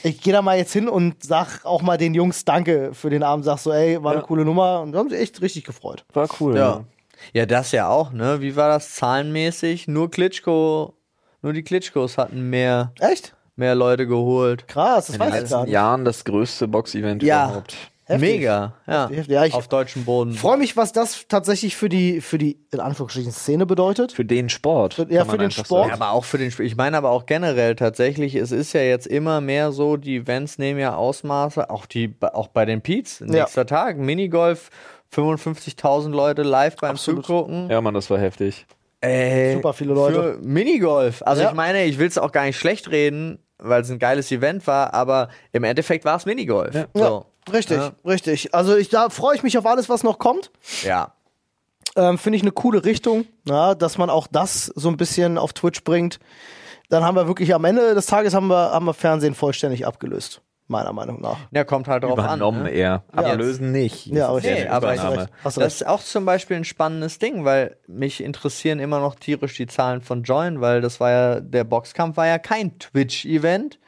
S3: ich gehe da mal jetzt hin und sag auch mal den Jungs Danke für den Abend, sag so, ey, war eine coole Nummer und da haben sie echt richtig gefreut.
S2: War cool.
S1: Ja. ja, das ja auch, ne? Wie war das zahlenmäßig? Nur Klitschko, nur die Klitschkos hatten mehr,
S3: Echt?
S1: mehr Leute geholt.
S3: Krass, das
S2: In den
S3: weiß ich gar
S2: letzten
S3: nicht.
S2: Jahren das größte Box-Event
S1: Ja.
S2: überhaupt.
S3: Heftig.
S1: Mega, ja.
S3: Heftig, heftig. Ja, ich-
S1: Auf deutschem Boden.
S3: Freue mich, was das tatsächlich für die, für die, in Anführungsstrichen, Szene bedeutet.
S2: Für den Sport.
S3: Für- ja,
S2: kann man
S3: für den
S2: einfach
S3: Sport.
S1: Ja,
S2: sagen.
S1: aber auch für den Spiel. Ich meine aber auch generell tatsächlich, es ist ja jetzt immer mehr so, die Events nehmen ja Ausmaße, auch die auch bei den Peets, nächster Tag, Minigolf, 55.000 Leute live beim
S3: Absolut.
S1: Zugucken.
S2: Ja, Mann, das war heftig.
S1: Ey,
S3: Super viele Leute.
S1: Für Minigolf. Also
S3: Ja.
S1: ich meine, ich will es auch gar nicht schlecht reden, weil es ein geiles Event war, aber im Endeffekt war es Minigolf. Ja. So.
S3: Richtig,
S1: Ja.
S3: richtig. Also ich, da freue ich mich auf alles, was noch kommt.
S1: ja.
S3: Ähm, Finde ich eine coole Richtung, na, dass man auch das so ein bisschen auf Twitch bringt. Dann haben wir wirklich am Ende des Tages haben wir, haben wir Fernsehen vollständig abgelöst, meiner Meinung nach.
S1: Ja, kommt halt drauf
S2: Übernommen
S1: an. ne?
S2: eher. Ablösen nicht.
S3: Ja, aber
S2: Das ist
S3: ich-
S1: Nee,
S2: eine
S1: aber ich,
S2: Übernahme.
S3: recht. Hast du
S1: das ist auch zum Beispiel ein spannendes Ding, weil mich interessieren immer noch tierisch die Zahlen von Join, weil das war ja, der Boxkampf war ja kein Twitch-Event,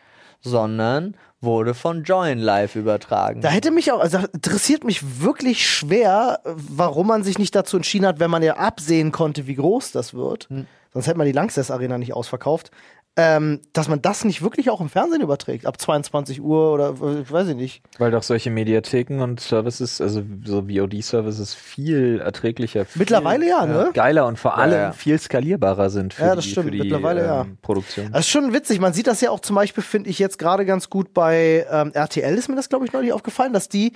S1: sondern wurde von Join live übertragen.
S3: Da hätte mich auch, also das interessiert mich wirklich schwer, äh, warum man sich nicht dazu entschieden hat, wenn man ja absehen konnte, wie groß das wird. Sonst hätte man die Lanxess Arena nicht ausverkauft. Ähm, dass man das nicht wirklich auch im Fernsehen überträgt, ab 22 Uhr oder äh, ich weiß ich nicht.
S2: Weil doch solche Mediatheken und Services, also so VOD-Services, viel erträglicher, viel
S3: Mittlerweile ja, ne?
S2: geiler und vor allem
S1: ja.
S2: viel skalierbarer sind für
S3: Ja, das
S2: die,
S3: stimmt.
S2: für die
S3: Mittlerweile,
S2: ähm,
S3: ja. Also
S2: Produktion.
S3: Das ist schon witzig. Man sieht das ja auch zum Beispiel, finde ich jetzt gerade ganz gut bei ähm, RTL, ist mir das, glaube ich, neulich aufgefallen, dass die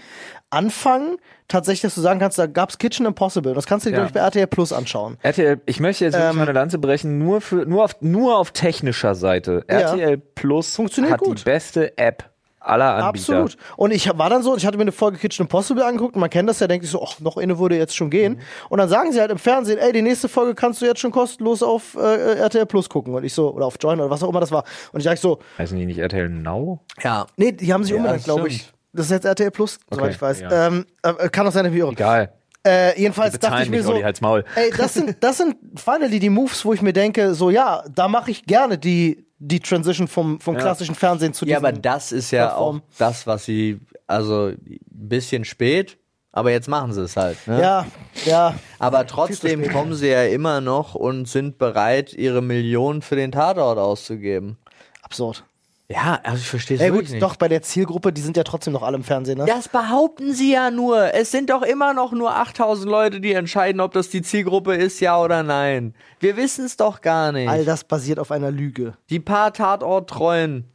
S3: anfangen, tatsächlich, dass du sagen kannst, da gab's Kitchen Impossible. Das kannst du dir,
S2: Ja.
S3: glaube ich, bei RTL Plus anschauen.
S2: RTL, ich möchte jetzt
S3: Ähm,
S2: wirklich meine Lanze brechen, nur, für, nur, auf, nur auf technischer Seite.
S3: Ja.
S2: RTL Plus
S3: Funktioniert
S2: hat
S3: gut.
S2: die beste App aller Anbieter.
S3: Absolut. Und ich war dann so, ich hatte mir eine Folge Kitchen Impossible angeguckt und man kennt das ja, denke ich so, ach, noch eine würde jetzt schon gehen. Und dann sagen sie halt im Fernsehen, ey, die nächste Folge kannst du jetzt schon kostenlos auf äh, RTL Plus gucken. Und ich so, oder auf Join oder was auch immer das war. Und ich dachte so,
S2: Heißen die nicht RTL Now?
S1: ja.
S3: nee, die haben sich umbenannt,
S1: das
S3: glaube ich.
S1: stimmt.
S3: Das ist jetzt RTL Plus, soweit
S2: Okay,
S3: ich weiß.
S2: ja.
S3: Ähm, äh, kann auch sein, dass ich mich irre.
S2: Egal.
S3: Äh, jedenfalls dachte
S2: Bezahlen
S3: ich mir
S2: mich,
S3: so,
S2: Olli, halt's Maul.
S3: Ey, das sind, das sind finally die Moves, wo ich mir denke, so ja, da mache ich gerne die, die Transition vom, vom klassischen Fernsehen zu
S1: ja,
S3: diesem.
S1: aber das ist ja
S3: Plattform.
S1: auch das, was sie, also ein bisschen spät, aber jetzt machen sie es halt. Ne?
S3: ja, ja.
S1: Aber trotzdem
S3: spät.
S1: kommen sie ja immer noch und sind bereit, ihre Millionen für den Tatort auszugeben.
S3: Absurd.
S1: Ja, also ich verstehe es
S3: Ja
S1: wirklich
S3: gut,
S1: nicht.
S3: doch, bei der Zielgruppe, die sind ja trotzdem noch alle im Fernsehen, ne?
S1: Das behaupten sie ja nur. Es sind doch immer noch nur 8000 Leute, die entscheiden, ob das die Zielgruppe ist, ja oder nein. Wir wissen es doch gar nicht.
S3: All das basiert auf einer Lüge.
S1: Die paar Tatort-Treuen,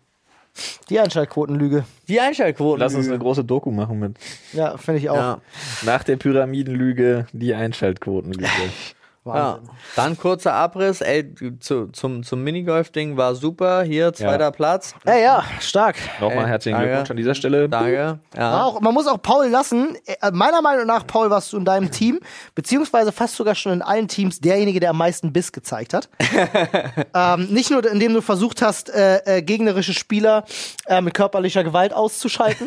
S3: Die Einschaltquotenlüge.
S1: die Einschaltquoten.
S2: Lass
S3: Äh.
S2: uns eine große Doku machen mit.
S3: Ja, finde ich auch.
S1: ja.
S2: Nach der Pyramidenlüge die Einschaltquotenlüge.
S1: Ja.
S3: Wahnsinn.
S1: Dann kurzer Abriss. Ey, zu, zum, zum Minigolf-Ding war super. Hier, zweiter Platz.
S3: Ja. ja, stark.
S2: Nochmal
S1: Ey,
S2: herzlichen
S1: danke.
S2: Glückwunsch an dieser Stelle.
S1: Danke. Ja.
S3: Auch, man muss auch Paul lassen. Äh, Meiner Meinung nach, Paul, warst du in deinem Team, beziehungsweise fast sogar schon in allen Teams derjenige, der am meisten Biss gezeigt hat. ähm, nicht nur, indem du versucht hast, äh, äh, gegnerische Spieler äh, mit körperlicher Gewalt auszuschalten,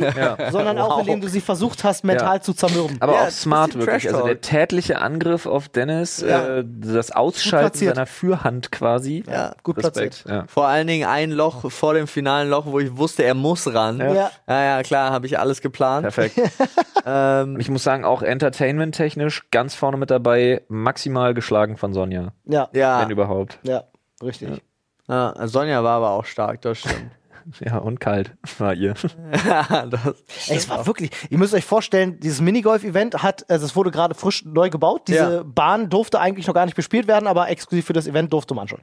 S3: sondern auch, indem du sie versucht hast, mental
S2: Ja.
S3: zu zermürben.
S2: Aber
S1: Ja,
S2: auch smart
S1: bisschen
S2: wirklich.
S1: Trash
S2: Also der
S1: Talk.
S2: tätliche Angriff auf Dennis,
S3: Ja.
S2: äh, das
S3: Gut
S2: Ausschalten
S3: platziert.
S2: seiner Fürhand quasi.
S3: Ja, gut
S2: Respekt. Ja.
S1: Vor allen Dingen ein Loch vor dem finalen Loch, wo ich wusste, er muss ran.
S3: Ja. Ja.
S1: ja, ja, klar, habe ich alles geplant. Ähm,
S2: Perfekt.
S3: [LAUGHS]
S2: Und ich muss sagen, auch entertainment-technisch ganz vorne mit dabei, maximal geschlagen von Sonja.
S3: Ja, ja,
S1: Ja.
S2: Wenn überhaupt.
S3: richtig.
S1: Ja, Sonja war aber auch stark, das stimmt.
S2: Ja, und kalt war ihr.
S1: [LAUGHS] das,
S3: Ey, es war wirklich, ihr müsst euch vorstellen, dieses Minigolf-Event hat, also es wurde gerade frisch neu gebaut. Diese
S1: Ja.
S3: Bahn durfte eigentlich noch gar nicht bespielt werden, aber exklusiv für das Event durfte man schon.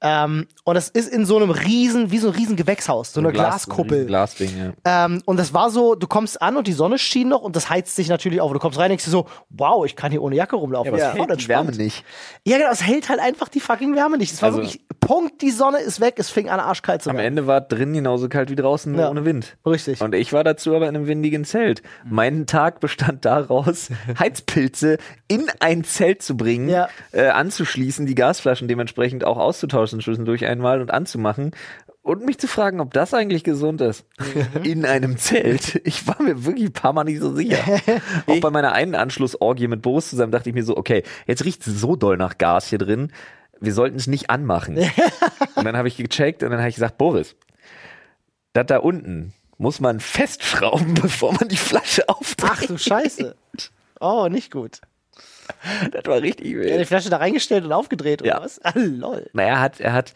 S3: Ähm, und das ist in so einem riesen, wie so ein riesen Gewächshaus, so [LAUGHS] eine Glaskuppel.
S2: Glasding, ja.
S3: Ähm, und das war so, du kommst an und die Sonne schien noch und das heizt sich natürlich auf. Du kommst rein und denkst dir so, wow, ich kann hier ohne Jacke rumlaufen.
S1: Ja,
S3: Ja,
S1: aber
S3: voll
S2: Die
S3: entspannt.
S2: Wärme nicht.
S3: Ja, genau, es hält halt einfach die fucking Wärme nicht. Es war
S2: Also-
S3: wirklich, Punkt, die Sonne ist weg, es fing an, arschkalt zu
S2: Am
S3: werden.
S2: Ende war drin genauso kalt wie draußen, nur
S3: Ja.
S2: ohne Wind.
S3: Richtig. Mhm.
S2: Und ich war dazu aber in einem windigen Zelt. Mein Tag bestand
S3: [LAUGHS]
S2: daraus, Heizpilze in ein Zelt zu bringen,
S3: Ja.
S2: äh, anzuschließen, die Gasflaschen dementsprechend auch auszutauschen zwischendurch einmal und anzumachen und mich zu fragen, ob das eigentlich gesund ist.
S3: Mhm.
S2: In einem Zelt. Ich war mir wirklich ein paar Mal nicht so
S3: [LAUGHS]
S2: sicher. auch bei meiner einen Anschlussorgie mit Boris zusammen dachte ich mir so, okay, jetzt riecht es so doll nach Gas hier drin. Wir sollten es nicht anmachen. und dann habe ich gecheckt und dann habe ich gesagt, Boris, das da unten muss man festschrauben, [LAUGHS] bevor man die Flasche aufdreht.
S3: Ach du Scheiße. Oh, nicht gut.
S2: [LAUGHS] das war richtig
S3: Er hat die
S2: wild.
S3: Flasche da reingestellt und aufgedreht oder
S2: Ja.
S3: was? Ah, lol.
S2: Na, er hat, er hat,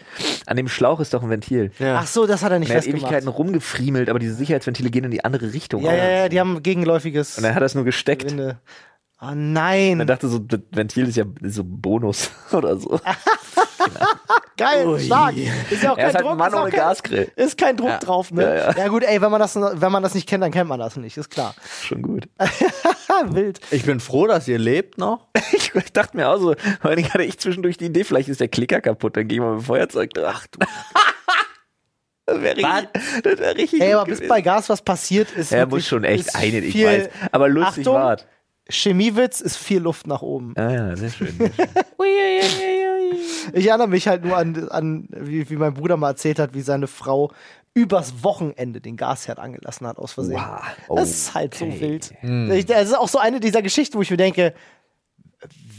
S2: an dem Schlauch ist doch ein Ventil.
S1: ja.
S3: Ach so, das hat er nicht
S2: Er hat
S3: festgemacht.
S2: Ewigkeiten rumgefriemelt, aber diese Sicherheitsventile gehen in die andere Richtung.
S3: Ja,
S2: auch.
S3: ja, ja, die haben ein gegenläufiges
S2: Oh. Und dann hat er es nur gesteckt. Und
S3: Winde. Oh
S2: er
S3: nein.
S2: dachte so, das Ventil ist ja so Bonus [LAUGHS] oder so.
S3: Geil, stark. Ist ja auch
S2: er
S3: kein
S2: ist halt
S3: Druck.
S2: ein Mann
S3: ist auch
S2: ohne
S3: kein-
S2: Gasgrill.
S3: Ist kein Druck
S1: Ja.
S3: drauf, ne? Ja,
S2: Ja, ja.
S3: gut, ey, wenn man, das, wenn man das nicht kennt, dann kennt man das nicht, ist klar.
S2: Schon gut.
S3: Ah, wild.
S1: Ich bin froh, dass ihr lebt noch.
S2: [LAUGHS] Ich dachte mir auch so, vor allen Dingen hatte ich zwischendurch die Idee, vielleicht ist der Klicker kaputt, dann gehen wir mit dem Feuerzeug dran. Ach du. [LAUGHS] das wäre richtig, [LAUGHS] das wär richtig
S3: Ey,
S2: gut
S3: aber bis
S2: gewesen.
S3: bei Gas was passiert ist.
S2: Er
S3: wirklich-
S2: muss schon echt
S3: ist
S2: einen, ich
S3: viel-
S2: weiß. Aber lustig
S3: Achtung,
S2: war's.
S3: Chemiewitz ist viel Luft nach oben.
S2: Ah ja, sehr schön.
S3: [LAUGHS] Ich erinnere mich halt nur an, an wie, wie mein Bruder mal erzählt hat, wie seine Frau übers Wochenende den Gasherd angelassen hat, aus Versehen.
S2: Wow. Oh,
S3: das ist halt so
S2: Okay. Hm.
S3: wild. Ich, das ist auch so eine dieser Geschichten, wo ich mir denke,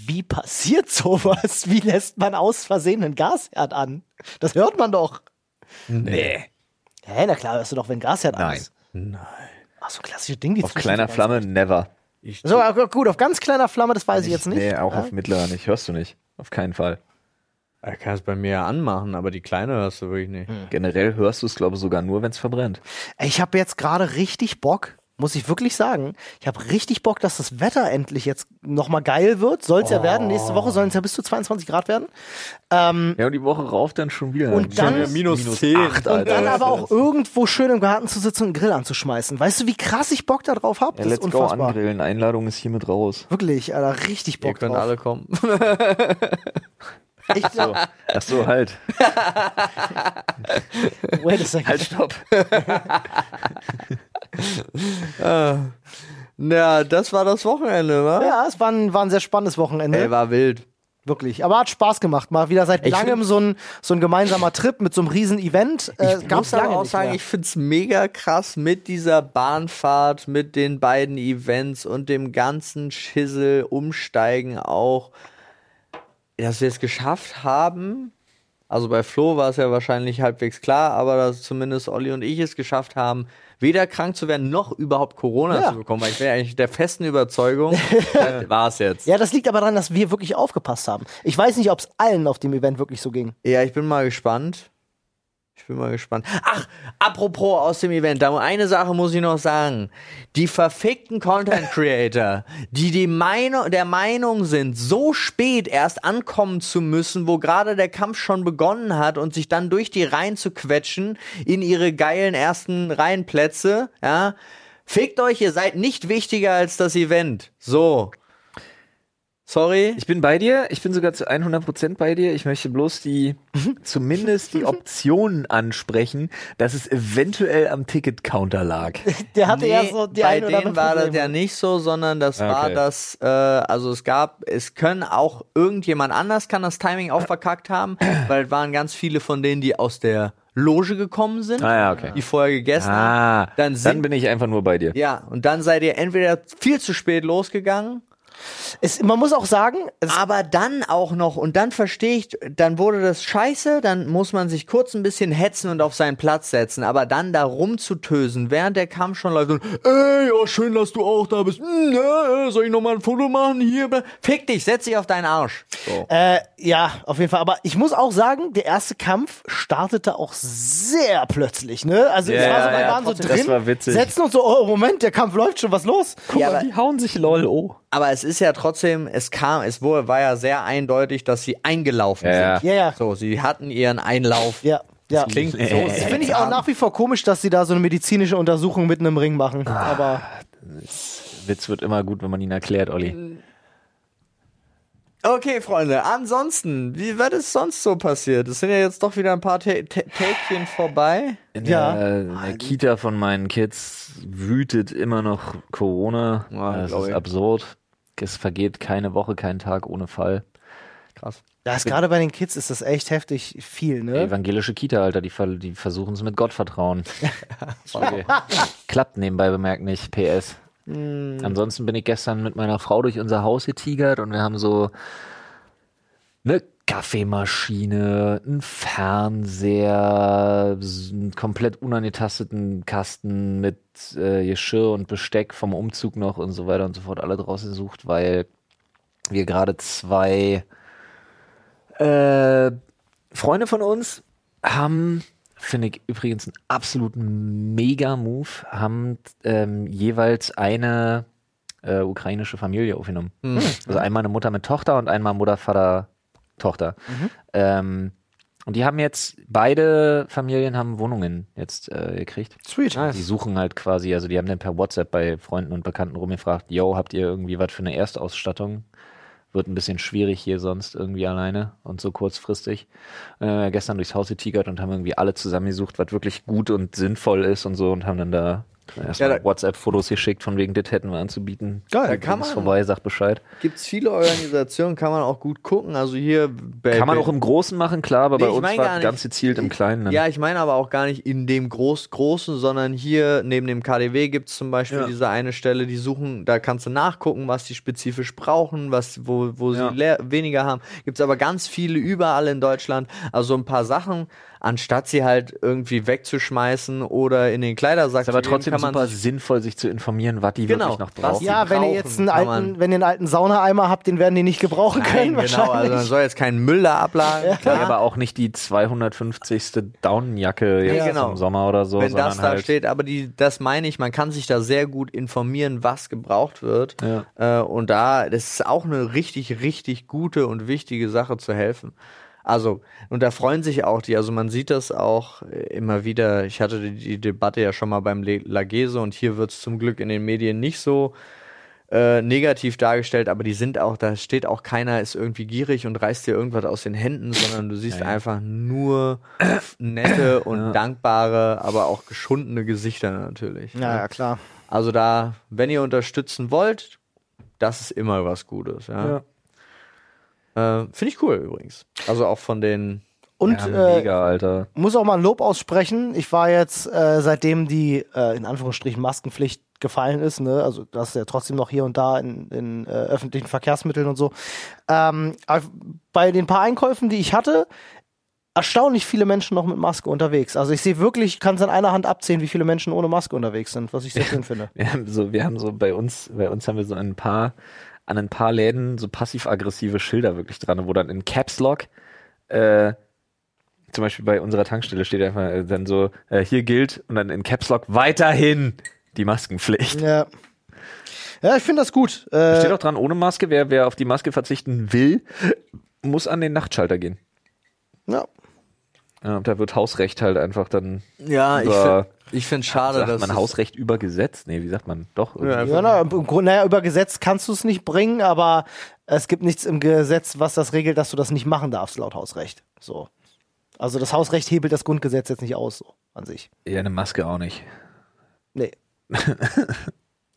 S3: wie passiert [LAUGHS] sowas? Wie lässt man aus Versehen einen Gasherd an? Das hört man doch.
S2: nee.
S3: Hä, na klar, hörst du doch, wenn ein Gasherd an
S2: Nein.
S3: ist. Ach, so klassische Ding, die
S2: Auf
S3: zwischen
S2: kleiner
S3: die
S2: Flamme never.
S3: ganzen- So, aber gut, auf ganz kleiner Flamme, das weiß ich jetzt nicht.
S2: Nee, auch
S3: Ja?
S2: auf mittlerer nicht. Hörst du nicht. Auf keinen Fall.
S1: Er kann es bei mir ja anmachen, aber die kleine hörst du wirklich nicht.
S3: Hm.
S2: Generell hörst du es, glaube ich, sogar nur, wenn es verbrennt.
S3: Ey, Äh, Ich habe jetzt gerade richtig Bock, muss ich wirklich sagen. Ich habe richtig Bock, dass das Wetter endlich jetzt nochmal geil wird. Soll es ja werden. Nächste Woche sollen es ja bis zu 22 Grad werden. Ähm,
S2: Ja, und die Woche rauf dann schon wieder.
S3: Und dann-
S2: Schon wieder
S1: Minus 10.
S2: acht,
S1: Und
S3: Und
S2: Alter.
S3: dann
S2: Das
S3: aber
S2: ist-
S1: äh,
S3: auch irgendwo schön im Garten zu sitzen und einen Grill anzuschmeißen. Weißt du, wie krass ich Bock darauf habe?
S2: Ja,
S3: Das ist
S2: let's go
S3: unfassbar.
S2: angrillen. Einladung ist hiermit raus.
S3: Wirklich, Alter, richtig
S1: Ihr
S3: Bock
S1: könnt
S3: drauf.
S1: alle kommen. [LAUGHS]
S3: Ich,
S2: Ach so, halt.
S3: [LAUGHS] wait a second.
S2: Halt, stopp.
S1: Ja, das war das Wochenende, wa?
S3: Ja, es war ein, war ein sehr spannendes Wochenende.
S1: Ey, war wild.
S3: Wirklich. Aber hat Spaß gemacht. Mal wieder seit
S1: Ich
S3: langem so ein, so ein gemeinsamer Trip mit so einem riesen Event. Äh,
S1: ich
S3: gab's
S1: muss aber
S3: lange
S1: auch
S3: nicht
S1: sagen,
S3: mehr.
S1: ich find's mega krass mit dieser Bahnfahrt, mit den beiden Events und dem ganzen Schissel, Umsteigen auch, dass wir es geschafft haben. Also bei Flo war es ja wahrscheinlich halbwegs klar, aber dass zumindest Olli und ich es geschafft haben, weder krank zu werden noch überhaupt Corona
S3: Ja.
S1: zu bekommen. Weil ich wäre eigentlich der festen
S3: [LAUGHS]
S1: Überzeugung, das war's jetzt.
S3: Ja, das liegt aber daran, dass wir wirklich aufgepasst haben. Ich weiß nicht, ob es allen auf dem Event wirklich so
S1: [LAUGHS]
S3: ging.
S1: Ja, ich bin mal gespannt. Ich bin mal gespannt. Ach, apropos aus dem Event, da eine Sache muss ich noch sagen. Die verfickten Content Creator, die, die Meinung, der Meinung sind, so spät erst ankommen zu müssen, wo gerade der Kampf schon begonnen hat und sich dann durch die Reihen zu quetschen in ihre geilen ersten Reihenplätze, ja. Fickt euch, ihr seid nicht wichtiger als das Event. So. Sorry.
S2: Ich bin bei dir, ich bin sogar zu 100% bei dir. Ich möchte bloß die, zumindest die Optionen ansprechen, dass es eventuell am Ticket-Counter lag.
S3: Der hatte
S1: Nee,
S3: ja so die
S1: bei
S3: eine oder andere
S1: denen war das
S3: Probleme.
S1: ja nicht so, sondern das
S2: Ah,
S1: war
S2: okay.
S1: das, äh, also es gab, es können auch irgendjemand anders kann das Timing auch verkackt haben,
S2: [CLEARS THROAT]
S1: weil es waren ganz viele von denen, die aus der Loge gekommen sind,
S2: Ah, ja, okay.
S1: die vorher gegessen
S2: Ah,
S1: haben. Dann
S2: dann
S1: sind,
S2: bin ich einfach nur bei dir.
S1: ja, und dann seid ihr entweder viel zu spät losgegangen
S3: Es, man muss auch sagen, es,
S1: Aber dann auch noch, und dann verstehe ich, dann wurde das scheiße, dann muss man sich kurz ein bisschen hetzen und auf seinen Platz setzen, aber dann da rumzutösen, während der Kampf schon läuft und, ey, oh, schön, dass du auch da bist, Hm, äh, soll ich nochmal ein Foto machen hier? Fick dich, setz dich auf deinen Arsch. So.
S3: äh, ja, auf jeden Fall. Aber ich muss auch sagen, der erste Kampf startete auch sehr plötzlich, ne? Also es
S2: Ja,
S3: war so,
S2: ja,
S3: wir
S2: ja,
S3: waren so
S2: trotzdem.
S3: drin,
S2: Das war witzig.
S3: setzen uns so, oh Moment, der Kampf läuft schon, was los?
S2: Guck
S1: Ja,
S2: mal,
S1: aber-
S2: die hauen sich lol oh.
S1: Aber es ist ja trotzdem, es kam, es wurde, war ja sehr eindeutig, dass sie eingelaufen
S2: Ja,
S1: sind.
S3: Ja, ja.
S1: So, sie hatten ihren Einlauf.
S3: Ja, ja.
S1: Klingt so.
S3: Das finde ich auch nach wie vor komisch, dass sie da so eine medizinische Untersuchung mitten im Ring machen. Aber
S2: Witz wird immer gut, wenn man ihn erklärt, Olli.
S1: Okay, Freunde, ansonsten, wie wird es sonst so passiert? Es sind ja jetzt doch wieder ein paar Tä- Tä- Tägchen vorbei.
S2: In
S3: Ja.
S2: Äh, der, in der Kita von meinen Kids wütet immer noch Corona.
S1: Ja,
S2: das
S1: glaub
S2: ist
S1: ich.
S2: absurd. Es vergeht keine Woche, kein Tag ohne Fall.
S1: Krass.
S3: da ist gerade bei den Kids ist das echt heftig viel, ne?
S2: Evangelische Kita, Alter, die, ver- die versuchen es mit Gottvertrauen. Okay. Klappt nebenbei bemerkt nicht, PS. Ansonsten bin ich gestern mit meiner Frau durch unser Haus getigert und wir haben so eine Kaffeemaschine, einen Fernseher, s- einen komplett unangetasteten Kasten mit äh, Geschirr und Besteck vom Umzug noch und so weiter und so fort alle draußen gesucht, weil wir gerade zwei äh, Freunde von uns haben, finde ich übrigens einen absoluten Mega-Move, haben ähm, jeweils eine äh, ukrainische Familie aufgenommen. Also einmal eine Mutter mit Tochter und einmal Mutter, Vater, Tochter. Ähm, und die haben jetzt, beide Familien haben Wohnungen jetzt äh, gekriegt.
S3: Sweet.
S2: Die suchen halt quasi, also die haben dann per WhatsApp bei Freunden und Bekannten rumgefragt, yo, habt ihr irgendwie was für eine Erstausstattung? Wird ein bisschen schwierig hier sonst irgendwie alleine und so kurzfristig. Äh, gestern durchs Haus getigert und haben irgendwie alle zusammengesucht, was wirklich gut und sinnvoll ist und so und haben dann da erstmal
S1: Ja, da-
S2: WhatsApp-Fotos geschickt, von wegen, das hätten wir anzubieten.
S3: Geil,
S2: Übrigens
S1: kann man-
S2: vorbei, sagt Bescheid.
S1: Gibt's viele Organisationen, kann man auch gut gucken. Also hier bei,
S2: Kann man
S1: bei-
S2: auch im Großen machen, klar, aber
S1: Nee,
S2: bei
S1: ich
S2: uns
S1: mein gar
S2: war
S1: nicht.
S2: ganz gezielt im Kleinen. dann.
S1: Ja, ich meine aber auch gar nicht in dem Groß Großen, sondern hier neben dem KDW gibt's zum Beispiel diese eine Stelle, die suchen, da kannst du nachgucken, was die spezifisch brauchen, was, wo, wo sie
S2: Ja.
S1: leer, weniger haben. Gibt's aber ganz viele überall in Deutschland. Also ein paar Sachen, anstatt sie halt irgendwie wegzuschmeißen oder in den Kleidersack
S2: ist aber
S1: zu geben,
S2: trotzdem
S1: kann
S2: super
S1: man sich-
S2: sinnvoll, sich zu informieren, was die
S1: Genau,
S2: wirklich noch
S1: was
S2: brauchen.
S1: die
S3: Ja, wenn ihr
S1: brauchen,
S3: jetzt einen
S1: kann
S3: alten,
S1: man-
S3: wenn ihr einen alten Saunaeimer habt, den werden die nicht gebrauchen
S1: [LAUGHS]
S3: können
S1: Nein, genau, also man
S3: wahrscheinlich.
S1: soll jetzt keinen Müll da abladen.
S2: Ja.
S1: Klar.
S2: aber auch nicht die 250. Daunenjacke jetzt
S1: Ja, genau.
S2: im Sommer oder so,
S1: wenn das
S2: sondern
S1: da
S2: halt
S1: steht, aber die, das meine ich, man kann sich da sehr gut informieren, was gebraucht wird. Äh, und da, das ist auch eine richtig, richtig gute und wichtige Sache zu helfen. Also, und da freuen sich auch die, also man sieht das auch äh, immer wieder. Ich hatte die, die Debatte ja schon mal beim Le- Lagese und hier wird es zum Glück in den Medien nicht so äh, negativ dargestellt, aber die sind auch, da steht auch keiner ist irgendwie gierig und reißt dir irgendwas aus den Händen, sondern du siehst einfach nur
S2: [COUGHS]
S1: nette und dankbare, aber auch geschundene Gesichter natürlich. ne?
S3: Ja, ja, klar.
S1: Also da, wenn ihr unterstützen wollt, das ist immer was Gutes. Ja. Äh, Finde ich cool übrigens. Also auch von den.
S3: Und
S2: ja,
S3: äh,
S2: mega, Alter.
S3: muss auch mal ein Lob aussprechen. Ich war jetzt, äh, seitdem die äh, in Anführungsstrichen Maskenpflicht gefallen ist, ne, also das ist ja trotzdem noch hier und da in, in äh, öffentlichen Verkehrsmitteln und so. Ähm, aber bei den paar Einkäufen, die ich hatte, erstaunlich viele Menschen noch mit Maske unterwegs. Also ich sehe wirklich, kann es an einer Hand abzählen, wie viele Menschen ohne Maske unterwegs sind, was ich sehr schön finde.
S2: Wir haben so, wir haben so bei uns, bei uns haben wir so ein paar, an ein paar Läden so passiv-aggressive Schilder wirklich dran, wo dann in Caps Lock, äh, zum Beispiel bei unserer Tankstelle steht einfach äh, dann so, äh, hier gilt und dann in Caps Lock weiterhin die Maskenpflicht.
S3: Ja, ja ich finde das gut.
S2: Steht
S3: Äh,
S2: auch dran, ohne Maske, wer, wer auf die Maske verzichten will, muss an den Nachtschalter gehen.
S3: ja.
S2: Ja, da wird Hausrecht halt einfach dann
S1: Ja,
S2: ich Über-
S1: ich finde schade,
S2: sagt man Hausrecht über Gesetz? Nee, wie sagt man? Doch.
S1: Äh, Ja,
S2: irgendwie.
S3: Ja, na, im Grunde, naja, über Gesetz kannst du es nicht bringen, aber es gibt nichts im Gesetz, was das regelt, dass du das nicht machen darfst, laut Hausrecht. So. Also das Hausrecht hebelt das Grundgesetz jetzt nicht aus, so an sich.
S2: ja, eine Maske auch nicht.
S3: Nee.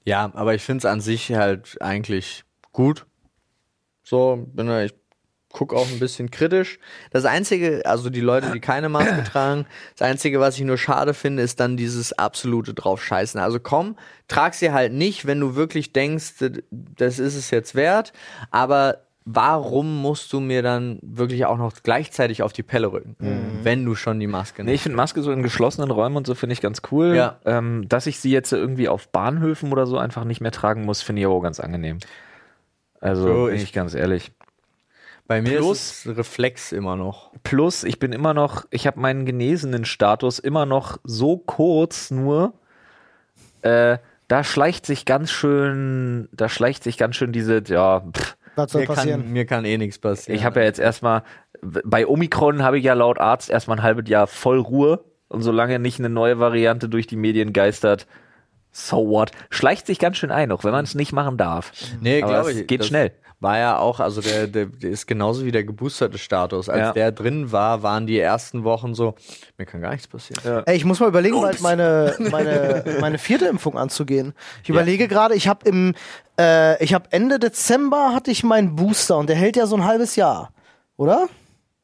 S1: Ja, aber ich finde es an sich halt eigentlich gut. So, bin da, ich guck auch ein bisschen kritisch. Das Einzige, also die Leute, die keine
S2: [CLEARS THROAT]
S1: Maske tragen, das Einzige, was ich nur schade finde, ist dann dieses absolute draufscheißen. Also komm, trag sie halt nicht, wenn du wirklich denkst, das ist es jetzt wert, aber warum musst du mir dann wirklich auch noch gleichzeitig auf die Pelle rücken, wenn du schon die Maske
S2: Mhm. Nee, ich
S1: nimmst?
S2: finde Maske so in geschlossenen Räumen und so finde ich ganz cool.
S1: Ja.
S2: Ähm, dass ich sie jetzt irgendwie auf Bahnhöfen oder so einfach nicht mehr tragen muss, finde ich aber auch ganz angenehm. Also
S1: So,
S2: bin
S1: ich-
S2: ich, ganz ehrlich.
S1: Bei mir
S2: Plus-
S1: ist es Reflex immer noch.
S2: Plus, ich bin immer noch, ich habe meinen genesenen Status immer noch so kurz nur. Äh, da schleicht sich ganz schön, da schleicht sich ganz schön diese, ja, pff,
S3: Was soll
S1: Mir
S3: passieren?
S1: kann, mir kann eh nichts passieren.
S2: Ich habe ja jetzt erstmal, bei Omikron habe ich ja laut Arzt erstmal ein halbes Jahr voll Ruhe. Und solange nicht eine neue Variante durch die Medien geistert, so what? Schleicht sich ganz schön ein, auch wenn man es nicht machen darf.
S1: Nee,
S2: Aber
S1: glaube
S2: es
S1: ich.
S2: geht
S1: das
S2: schnell.
S1: War ja auch, also der, der, der ist genauso wie der geboosterte Status. Als
S2: Ja.
S1: der drin war, waren die ersten Wochen so, mir kann gar nichts passieren.
S3: Ey, ich muss mal überlegen, bald [LAUGHS] meine, meine, meine vierte Impfung anzugehen. Ich überlege gerade, ich habe im, äh, ich habe Ende Dezember hatte ich meinen Booster und der hält ja so ein halbes Jahr, oder?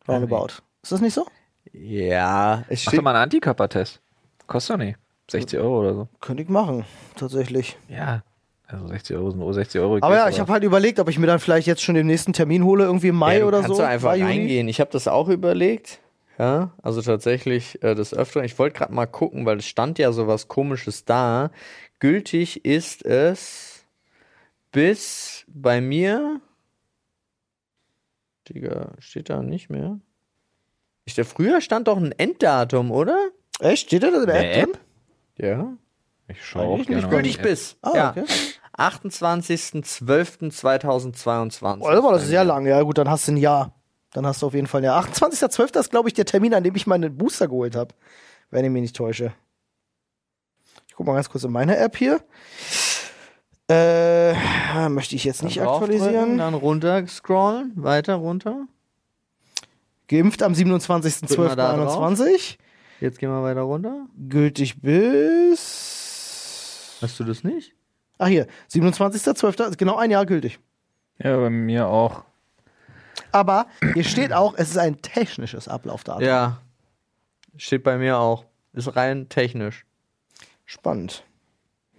S3: Roundabout. Ist das nicht so?
S1: Ja, es
S2: Mach doch
S1: steht,
S2: mal einen Antikörpertest. Kostet doch nicht. 60 Euro oder so.
S3: Könnte ich machen, tatsächlich.
S2: Ja. Also 60 Euro sind oh, 60 Euro.
S3: Aber
S2: geht's,
S3: ja, ich habe halt überlegt, ob ich mir dann vielleicht jetzt schon den nächsten Termin hole, irgendwie im Mai
S1: ja, du
S3: oder
S1: kannst
S3: so.
S1: du einfach
S3: Mai, Juni.
S1: reingehen. Ich habe das auch überlegt. Ja, also tatsächlich äh, des Öfteren. Ich wollte gerade mal gucken, weil es stand ja sowas komisches da. Gültig ist es bis bei mir. Digga, steht da nicht mehr. Ich, da früher stand doch ein Enddatum, oder?
S3: Echt? Steht da das in der
S2: Eine
S3: App? drin?
S2: App?
S1: Ja.
S2: Ich schaue auch
S1: Nicht
S2: gerne.
S1: gültig
S2: mal.
S1: bis.
S3: Ah,
S1: ja.
S3: okay.
S1: 28.12.2022.
S3: Oh, das war das sehr lang. Ja, gut, dann hast du ein Jahr. Dann hast du auf jeden Fall ein Jahr. 28.12. ist, glaube ich, der Termin, an dem ich meinen Booster geholt habe. Wenn ich mich nicht täusche. Ich gucke mal ganz kurz in meine App hier. Äh, möchte ich jetzt nicht
S1: Dann draufdrücken,
S3: aktualisieren.
S1: Dann runter scrollen, weiter runter.
S3: Geimpft am
S1: Drück mal da drauf.
S3: 27.12.21.
S1: Jetzt gehen wir weiter runter.
S3: Gültig bis.
S1: Hast du das nicht?
S3: Ach hier, 27.12. ist genau ein Jahr gültig.
S4: Ja, bei mir auch.
S3: Aber hier steht auch, es ist ein technisches Ablaufdatum.
S1: Ja. Steht bei mir auch. Ist rein technisch.
S3: Spannend.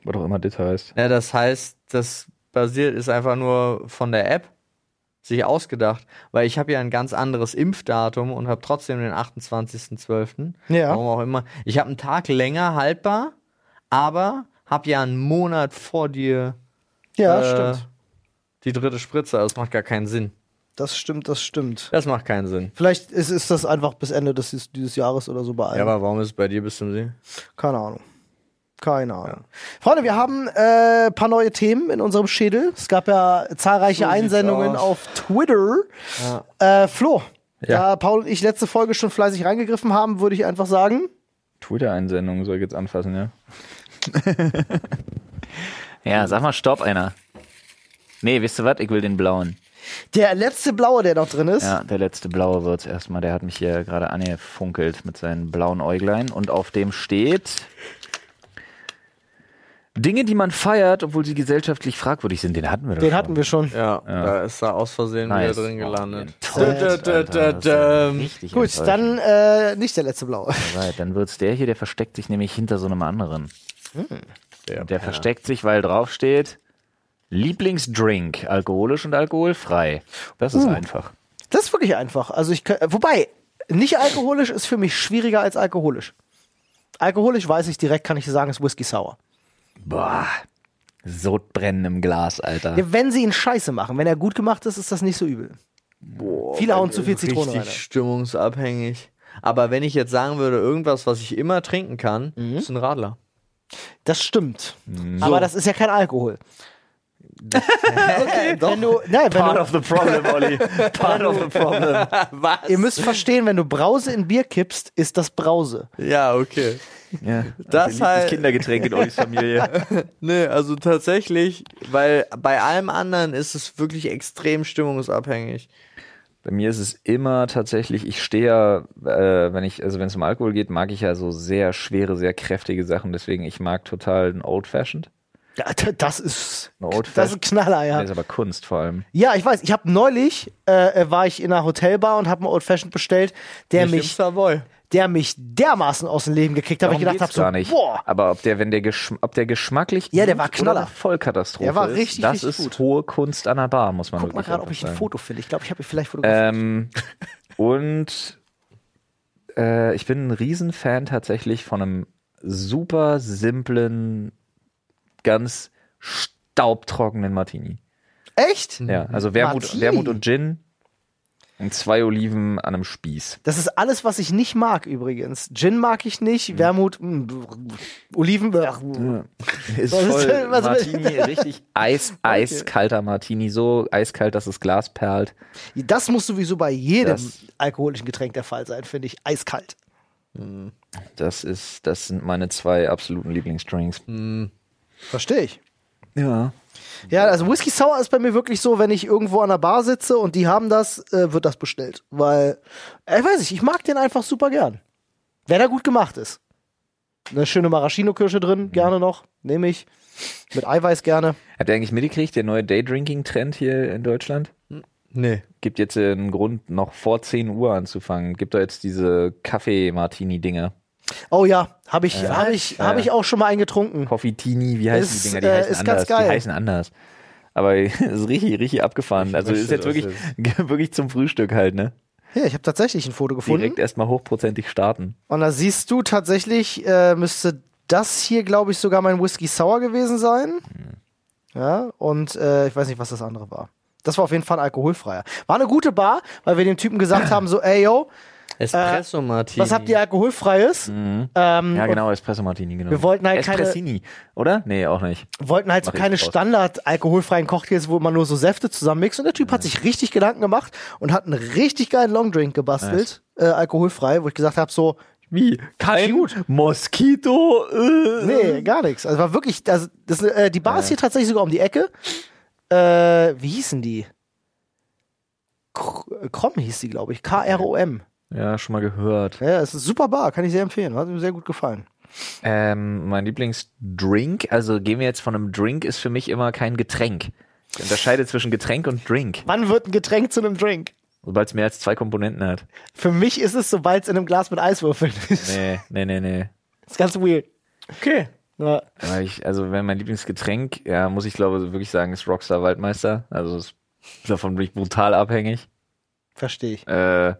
S4: Was auch immer das heißt.
S1: Ja, das heißt, das basiert ist einfach nur von der App sich ausgedacht, weil ich habe ja ein ganz anderes Impfdatum und habe trotzdem den 28.12.
S3: Ja.
S1: Warum auch immer. Ich habe einen Tag länger haltbar, aber habe ja einen Monat vor dir
S3: Ja,
S1: äh,
S3: stimmt.
S1: die dritte Spritze. Also Das macht gar keinen Sinn.
S3: Das stimmt, das stimmt.
S1: Das macht keinen Sinn.
S3: Vielleicht ist, ist das einfach bis Ende des, dieses Jahres oder so bei allen.
S1: Ja, aber warum ist es bei dir bis zum See?
S3: Keine Ahnung. Keine Ahnung. Freunde, wir haben ein äh, paar neue Themen in unserem Schädel. Es gab ja zahlreiche Einsendungen
S1: aus.
S3: auf Twitter. Äh, Flo, da Paul und ich letzte Folge schon fleißig reingegriffen haben, würde ich einfach sagen.
S4: Twitter-Einsendung soll ich jetzt anfassen, ja.
S5: [LAUGHS] Ja, sag mal Stopp, einer. Nee, wisst ihr was? Ich will den blauen.
S3: Der letzte blaue, der noch drin ist.
S5: Ja, der letzte blaue wird's erstmal. Der hat mich hier gerade angefunkelt mit seinen blauen Äuglein. Und auf dem steht. Dinge, die man feiert, obwohl sie gesellschaftlich fragwürdig sind, den hatten wir doch
S3: Den
S5: schon.
S3: hatten wir schon.
S1: Ja, da ist er aus Versehen
S5: Nice.
S1: wieder drin gelandet.
S5: Toll, Alter, das ist ja richtig
S3: Gut,
S5: enttäuschend.
S3: dann äh, nicht der letzte blaue.
S5: Right, dann wird's der hier, der versteckt sich nämlich hinter so einem anderen.
S1: Der
S5: Der versteckt sich, weil drauf steht Lieblingsdrink, alkoholisch und alkoholfrei. Das ist einfach.
S3: Das ist wirklich einfach. Also ich kö- wobei, nicht alkoholisch ist für mich schwieriger als alkoholisch. Alkoholisch weiß ich direkt, kann ich dir sagen, ist Whisky Sour.
S5: Boah. Sodbrennen im Glas, Alter.
S3: Ja, wenn sie ihn scheiße machen, wenn er gut gemacht ist, ist das nicht so übel. Viele hauen zu viel Zitrone
S1: richtig
S3: rein.
S1: stimmungsabhängig. Aber wenn ich jetzt sagen würde, irgendwas, was ich immer trinken kann,
S3: Mhm.
S1: ist
S5: [LAUGHS]
S1: ein Radler.
S3: Das stimmt. Aber das ist ja kein Alkohol. okay, wenn du, nein, wenn du,
S5: the problem, Olli. Part of the problem.
S1: Was?
S3: ihr müsst verstehen, wenn du Brause in Bier kippst, ist das Brause.
S1: Ja, okay.
S5: [LAUGHS] Ja.
S1: Das halt.
S5: Kindergetränk in Ollis Familie.
S1: Nee, also tatsächlich, weil bei allem anderen ist es wirklich extrem stimmungsabhängig.
S2: Bei mir ist es immer tatsächlich, ich stehe ja, äh, wenn ich, also wenn es um Alkohol geht, mag ich ja so sehr schwere, sehr kräftige Sachen. Deswegen, ich mag total einen Old Fashioned.
S3: Da- da- Das ist,
S2: Ein Old
S3: das ist ein Knaller, ja.
S2: Der ist aber Kunst vor allem.
S3: Ja, ich weiß. Ich habe neulich äh, äh, war ich in einer Hotelbar und habe einen Old Fashioned bestellt, der
S1: Nicht im
S3: mich,
S1: Savoy.
S3: der mich dermaßen aus dem Leben gekickt hat. weil Ich
S2: Darum
S3: gedacht habe
S2: geht's
S3: so,
S2: gar nicht.
S3: boah,
S2: Aber ob der, wenn der, geschm ob der geschmacklich
S3: Ja, der war
S2: gut oder
S3: Knaller.
S2: eine Vollkatastrophe
S3: Der war
S2: ist,
S3: richtig,
S2: das
S3: richtig
S2: ist
S3: gut.
S2: hohe Kunst an der Bar, muss man
S3: guck mal
S2: wirklich
S3: gerade, ob
S2: einfach
S3: ich ein
S2: sagen.
S3: Foto finde. Ich glaube, ich habe ihn vielleicht fotografiert.
S2: Ähm, [LAUGHS]
S3: [LAUGHS]
S2: und äh, ich bin ein Riesenfan tatsächlich von einem super simplen, ganz staubtrockenen Martini.
S3: Echt?
S2: Ja, also Wermut,
S3: Martini?
S2: Wermut und Gin und zwei Oliven an einem Spieß.
S3: Das ist alles, was ich nicht mag übrigens. Gin mag ich
S2: Hm.
S3: nicht, Wermut, mh, Oliven. brr.
S2: [LAUGHS] Ist
S3: Was ist denn- was-
S2: Martini, richtig
S3: [LAUGHS]
S2: eis, eiskalter Martini, so eiskalt, dass das Glas perlt.
S3: Das muss sowieso bei jedem
S2: Das-
S3: alkoholischen Getränk der Fall sein, finde ich. Eiskalt.
S2: Das ist, das sind meine zwei absoluten Lieblingsdrinks.
S3: Verstehe ich.
S2: Ja.
S3: Ja, also Whisky Sour ist bei mir wirklich so, wenn ich irgendwo an der Bar sitze und die haben das, äh, wird das bestellt. Weil, äh, ich weiß nicht, ich mag den einfach super gern. Wenn er gut gemacht ist. Eine schöne Maraschino-Kirsche drin, gerne noch, nehme ich. Mit Eiweiß gerne.
S2: Habt ihr eigentlich mitgekriegt, der neue Daydrinking-Trend hier in Deutschland?
S1: Nee.
S2: Gibt jetzt äh, einen Grund, noch vor 10 Uhr anzufangen. Gibt da jetzt diese Kaffee-Martini-Dinger.
S3: Oh ja, habe ich, hab ich, hab ich auch schon mal einen getrunken.
S2: Coffee-Tini, wie heißen
S3: Ist,
S2: die Dinger? Die
S3: äh,
S2: heißen
S3: ist ganz
S2: anders.
S3: geil.
S2: Die heißen anders. Aber [LAUGHS] ist richtig, richtig abgefahren. Also ist jetzt wirklich, [LAUGHS] wirklich zum Frühstück halt, ne?
S3: Ja, ich habe tatsächlich ein Foto gefunden.
S2: Direkt erstmal hochprozentig starten.
S3: Und da siehst du tatsächlich, äh, müsste das hier, glaube ich, sogar mein Whisky Sour gewesen sein.
S2: Hm.
S3: Ja, und äh, ich weiß nicht, was das andere war. Das war auf jeden Fall ein alkoholfreier. War eine gute Bar, weil wir dem Typen gesagt haben, so, ey, yo,
S1: Espresso Martini.
S3: was habt ihr alkoholfreies?
S2: Hm.
S3: Ähm,
S2: Ja, genau, Espresso Martini, genau.
S3: Wir wollten halt keine-
S2: Espressini, oder? Nee, auch nicht.
S3: wollten halt so
S2: Mach ich
S3: keine
S2: draus.
S3: Standard alkoholfreien Cocktails, wo man nur so Säfte zusammenmixt. Und der Typ hat
S2: Hm.
S3: sich richtig Gedanken gemacht und hat einen richtig geilen Longdrink gebastelt, äh, alkoholfrei, wo ich gesagt habe, so,
S2: Wie? Kein Moskito? Äh.
S3: Nee, gar nichts. Also war wirklich, also, das, äh, die Bar ist hier tatsächlich sogar um die Ecke. Äh, wie hießen die? Kr- äh, Krom hieß die, glaube ich. K-R-O-M.
S2: Ja, schon mal gehört.
S3: Ja, es ist eine super Bar, kann ich sehr empfehlen. Hat mir sehr gut gefallen.
S2: Ähm, mein Lieblingsdrink, also gehen wir jetzt von einem Drink, ist für mich immer kein Getränk. Ich unterscheide zwischen Getränk und Drink,
S3: Wann wird ein Getränk zu einem Drink?
S2: sobald es mehr als zwei Komponenten hat.
S3: Für mich ist es, sobald es in einem Glas mit Eiswürfeln ist.
S2: Nee, nee, nee, nee.
S3: ist ganz weird.
S1: Okay.
S3: Ja.
S2: Aber ich, also wenn mein Lieblingsgetränk, ja, muss ich glaube wirklich sagen, ist Rockstar Waldmeister. Also es- davon bin ich brutal abhängig.
S3: Verstehe ich.
S2: Äh,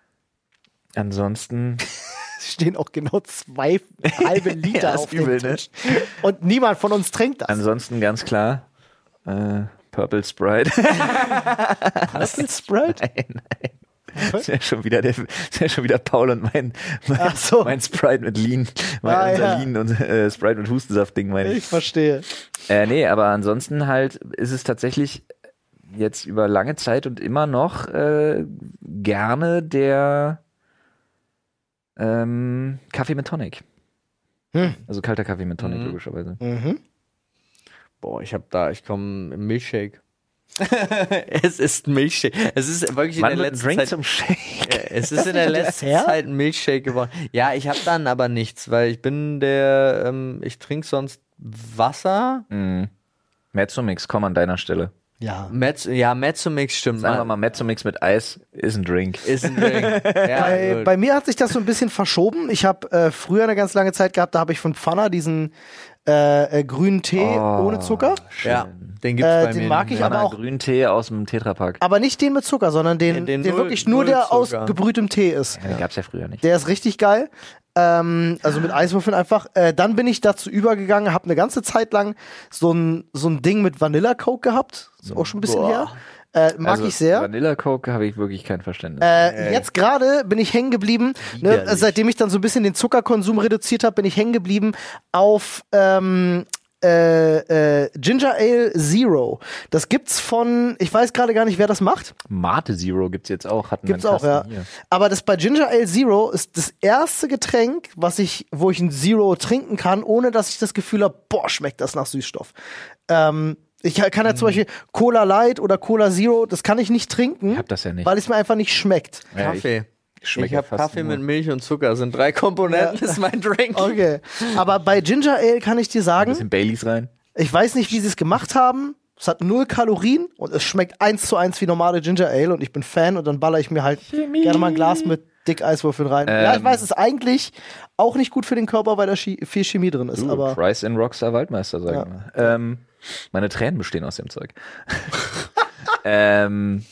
S3: [LAUGHS]
S2: ansonsten
S3: Es stehen auch genau zwei [LAUGHS] halbe Liter
S2: Ja, ist
S3: auf
S2: übel,
S3: dem
S2: ne?
S3: Tisch. Und niemand von uns trinkt das.
S2: Ansonsten ganz klar äh, Purple Sprite. [LAUGHS]
S3: Was ist [LAUGHS] Sprite?
S2: Das wäre schon wieder der, das wär schon wieder Paul und mein mein,
S3: Ach so.
S2: mein Sprite mit Lean, mein
S3: Ah,
S2: unser
S3: ja.
S2: Lean und äh, Sprite mit Hustensaft Ding meine
S3: Ich
S2: ich.
S3: verstehe.
S2: Äh, nee, aber ansonsten halt ist es tatsächlich jetzt über lange Zeit und immer noch äh, gerne der ähm, Kaffee mit Tonic.
S3: Hm.
S2: Also kalter Kaffee mit Tonic logischerweise.
S3: Mhm.
S1: Boah, ich hab da, ich komme
S5: [LAUGHS]
S1: im Milchshake. es ist ein Milchshake. Es ist wirklich in
S2: Man
S1: der
S2: mit einem
S1: letzten
S2: Drink
S1: Zeit.
S2: zum Shake.
S1: Äh, Es ist in der
S3: ein
S1: letzten
S3: Dessert?
S1: Zeit ein Milchshake geworden. Ja, ich habe dann aber nichts, weil ich bin der, ähm, ich trinke sonst Wasser.
S2: Mhm. Mezzomix, komm an deiner Stelle.
S3: Ja.
S1: Metz, ja, Mezzomix stimmt.
S2: Sagen wir
S1: man-
S2: mal, Mezzomix mit Eis ist ein Drink.
S1: Ist ein
S2: [LAUGHS]
S1: Drink. Ja,
S3: Bei,
S1: gut.
S3: Äh, bei mir hat sich das so ein bisschen verschoben. Ich habe äh, früher eine ganz lange Zeit gehabt, da habe ich von Pfanner diesen äh, äh, grünen Tee
S1: Ah.
S3: ohne Zucker.
S2: Oh,
S1: ja, den gibt's
S3: Äh,
S1: bei
S3: den
S1: mir.
S3: mag
S1: nicht
S3: ich
S1: mehr.
S3: aber
S2: Banner
S3: auch. Ah.
S2: Grüntee aus dem Tetrapack.
S3: Aber nicht den mit Zucker, sondern den,
S1: Den-
S3: den,
S1: den Null-
S3: wirklich nur der aus
S1: Nullzucker.
S3: gebrühtem Tee ist.
S2: Ja. Den gab's ja früher nicht.
S3: Der ist richtig geil. Ähm, also mit Eiswürfeln einfach. Äh, dann bin ich dazu übergegangen, habe eine ganze Zeit lang so ein, so ein Ding mit Vanilla Coke gehabt. Ist auch schon ein bisschen her. Äh, mag
S2: Also,
S3: ich sehr.
S2: Vanilla Coke habe ich wirklich kein Verständnis.
S3: Äh, jetzt gerade bin ich hängen geblieben, ne,
S1: Widerlich.
S3: seitdem ich dann so ein bisschen den Zuckerkonsum reduziert habe, bin ich hängen geblieben auf ähm, äh, äh, Ginger Ale Zero. Das gibt's von, ich weiß gerade gar nicht, wer das macht.
S2: Mate Zero gibt's jetzt auch. Hatten wir
S3: Gibt's
S2: einen
S3: auch, ja.
S2: Kasten hier.
S3: Aber das bei Ginger Ale Zero ist das erste Getränk, was ich, wo ich ein Zero trinken kann, ohne dass ich das Gefühl habe, boah, schmeckt das nach Süßstoff. Ähm, ich kann ja
S2: Hm.
S3: zum Beispiel Cola Light oder Cola Zero, das kann ich nicht trinken,
S2: Ich hab das ja nicht.
S3: weil es mir einfach nicht schmeckt.
S1: Kaffee. Ich,
S2: schmecke
S1: habe
S2: fast
S1: Kaffee
S2: nur.
S1: mit Milch und Zucker. Sind drei Komponenten, [LAUGHS] ist mein Drink.
S3: Okay. Aber bei Ginger Ale kann ich dir
S2: Ein
S3: sagen,
S2: bisschen Baileys rein.
S3: Ich weiß nicht, wie sie es gemacht haben. Es hat null Kalorien und es schmeckt eins zu eins wie normale Ginger Ale und ich bin Fan und dann baller ich mir halt gerne mal ein Glas mit dick Eiswürfeln rein. ja, ich
S4: Ähm.
S3: weiß, es ist eigentlich auch nicht gut für den Körper, weil da Chi- viel Chemie drin ist,
S4: Du,
S3: aber
S4: Price in Rockstar Waldmeister, sagen wir. Ähm, meine Tränen bestehen aus dem Zeug. [LAUGHS] ähm,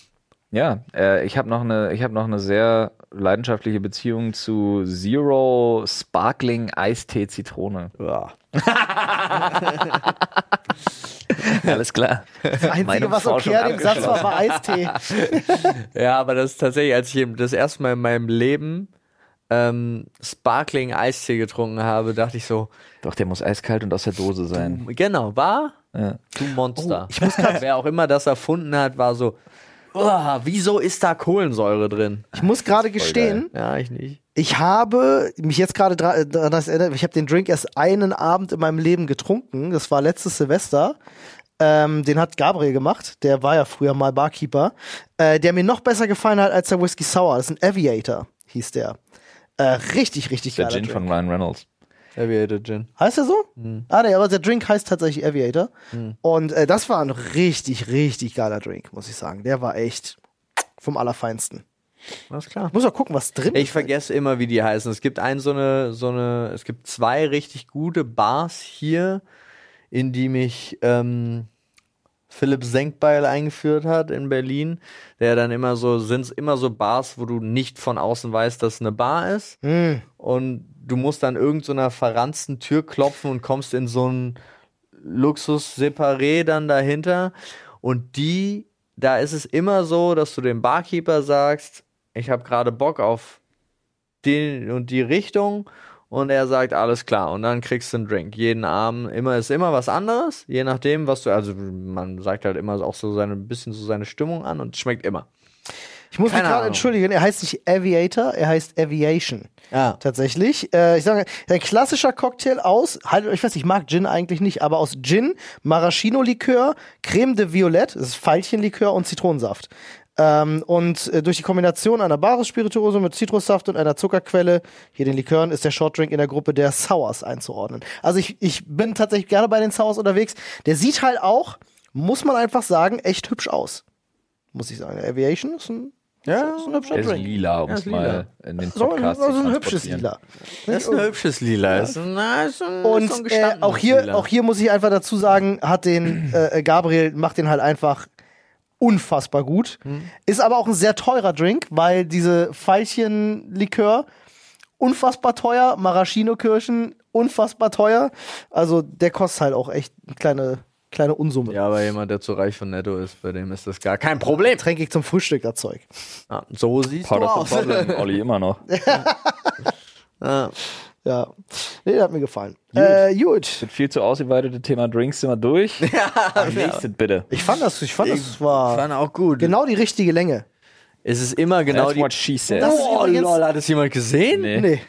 S4: ja, äh, ich habe noch eine, ich habe noch eine sehr leidenschaftliche Beziehung zu Zero Sparkling Eistee Zitrone.
S1: Ja.
S4: [LAUGHS] Alles klar.
S3: das Einzige,
S4: Meinung
S3: was okay an dem Satz war,
S4: abgeschlossen.
S3: war Eistee.
S1: Ja, aber das ist tatsächlich, als ich eben das erste Mal in meinem Leben ähm, Sparkling Eistee getrunken habe, dachte ich so,
S4: Doch, der muss eiskalt und aus der Dose sein.
S1: genau, war du Monster. Oh. ich muss [LAUGHS] Wer auch immer das erfunden hat, war so, "Uah, wieso ist da Kohlensäure drin?
S3: Ich muss gerade gestehen,
S1: Ja, ich nicht.
S3: Ich habe mich jetzt gerade dra- äh, daran das erinnert, ich habe den Drink erst einen Abend in meinem Leben getrunken. Das war letztes Silvester. Ähm, den hat Gabriel gemacht. Der war ja früher mal Barkeeper. Äh, der mir noch besser gefallen hat als der Whisky Sour. Das ist ein Aviator, hieß der. Äh, richtig, richtig
S4: Der
S3: geiler
S4: Gin
S3: Drink.
S4: von Ryan Reynolds.
S1: Aviator Gin.
S3: Heißt er so?
S1: Mhm.
S3: Ah, nee, aber der Drink heißt tatsächlich Aviator. Und äh, das war ein richtig, richtig geiler Drink, muss ich sagen. Der war echt vom Allerfeinsten.
S1: Alles klar.
S3: Ich muss mal gucken, was drin
S1: Ich vergesse immer, wie die heißen. Es gibt einen so eine, so eine, es gibt zwei richtig gute Bars hier, in die mich ähm, Philipp Senkbeil eingeführt hat in Berlin. Der dann immer so, sind immer so Bars, wo du nicht von außen weißt, dass es eine Bar ist.
S3: Mm.
S1: Und du musst dann irgendeiner so verranzten Tür klopfen und kommst in so ein Luxus-Separé dann dahinter. Und die, da ist es immer so, dass du dem Barkeeper sagst, ich habe gerade Bock auf den und die Richtung. Und er sagt, alles klar. Und dann kriegst du einen Drink. Jeden Abend immer ist immer was anderes, je nachdem, was du, also man sagt halt immer auch so seine, ein bisschen so seine Stimmung an und schmeckt immer.
S3: Ich muss mich
S1: Keine
S3: gerade
S1: Ahnung.
S3: entschuldigen, er heißt nicht Aviator, er heißt Aviation.
S1: Ja.
S3: Tatsächlich. Äh, ich sage, ein klassischer Cocktail aus, haltet euch fest, ich mag Gin eigentlich nicht, aber aus Gin, Maraschino-Likör, Creme de Violette, das ist Veilchenlikör und Zitronensaft. Ähm, und äh, durch die Kombination einer Bares Spirituose mit Zitrussaft und einer Zuckerquelle, hier den Likören, ist der Shortdrink in der Gruppe der Sours einzuordnen. Also ich, ich bin tatsächlich gerne bei den Sours unterwegs. Der sieht halt auch, muss man einfach sagen, echt hübsch aus. Muss ich sagen. Aviation ist ein, ja, ist ein hübscher
S4: Der ist
S3: Drink.
S4: lila, um es
S1: lila.
S4: mal in den
S3: So ein,
S4: Podcast
S3: so ein
S4: zu
S3: hübsches
S4: transportieren.
S3: Lila.
S1: Das ist ein hübsches Lila. Ist ein, na, ist ein, ist so ein
S3: Und äh,
S1: gestandenes
S3: auch, hier,
S1: Lila.
S3: auch hier muss ich einfach dazu sagen, hat den äh, äh, Gabriel macht den halt einfach unfassbar gut. Ist aber auch ein sehr teurer Drink, weil diese Veilchenlikör unfassbar teuer, Maraschino-Kirschen unfassbar teuer. Also der kostet halt auch echt eine kleine, kleine Unsumme.
S1: Ja, aber jemand, der zu reich von Netto ist, bei dem ist das gar kein Problem.
S3: Tränke ich zum Frühstück das Zeug.
S1: Ah, so siehst
S4: Part
S1: du
S4: of
S1: aus.
S4: the problem, Olli, immer noch.
S1: Ah,
S3: Ja. Nee, der hat mir gefallen. Gut. Äh, gut.
S4: Das viel zu ausgeweitete Thema Drinks sind wir
S3: [LAUGHS]
S4: durch. Nächstes bitte.
S3: Ich fand das, ich fand das
S1: waren
S3: war
S1: auch gut.
S3: genau die richtige Länge.
S1: Es ist immer genau
S4: That's
S1: die.
S4: what she said.
S3: Das ist
S1: Oh
S3: übrigens-
S1: lol, hat es jemand gesehen?
S4: Nee.
S3: Nee.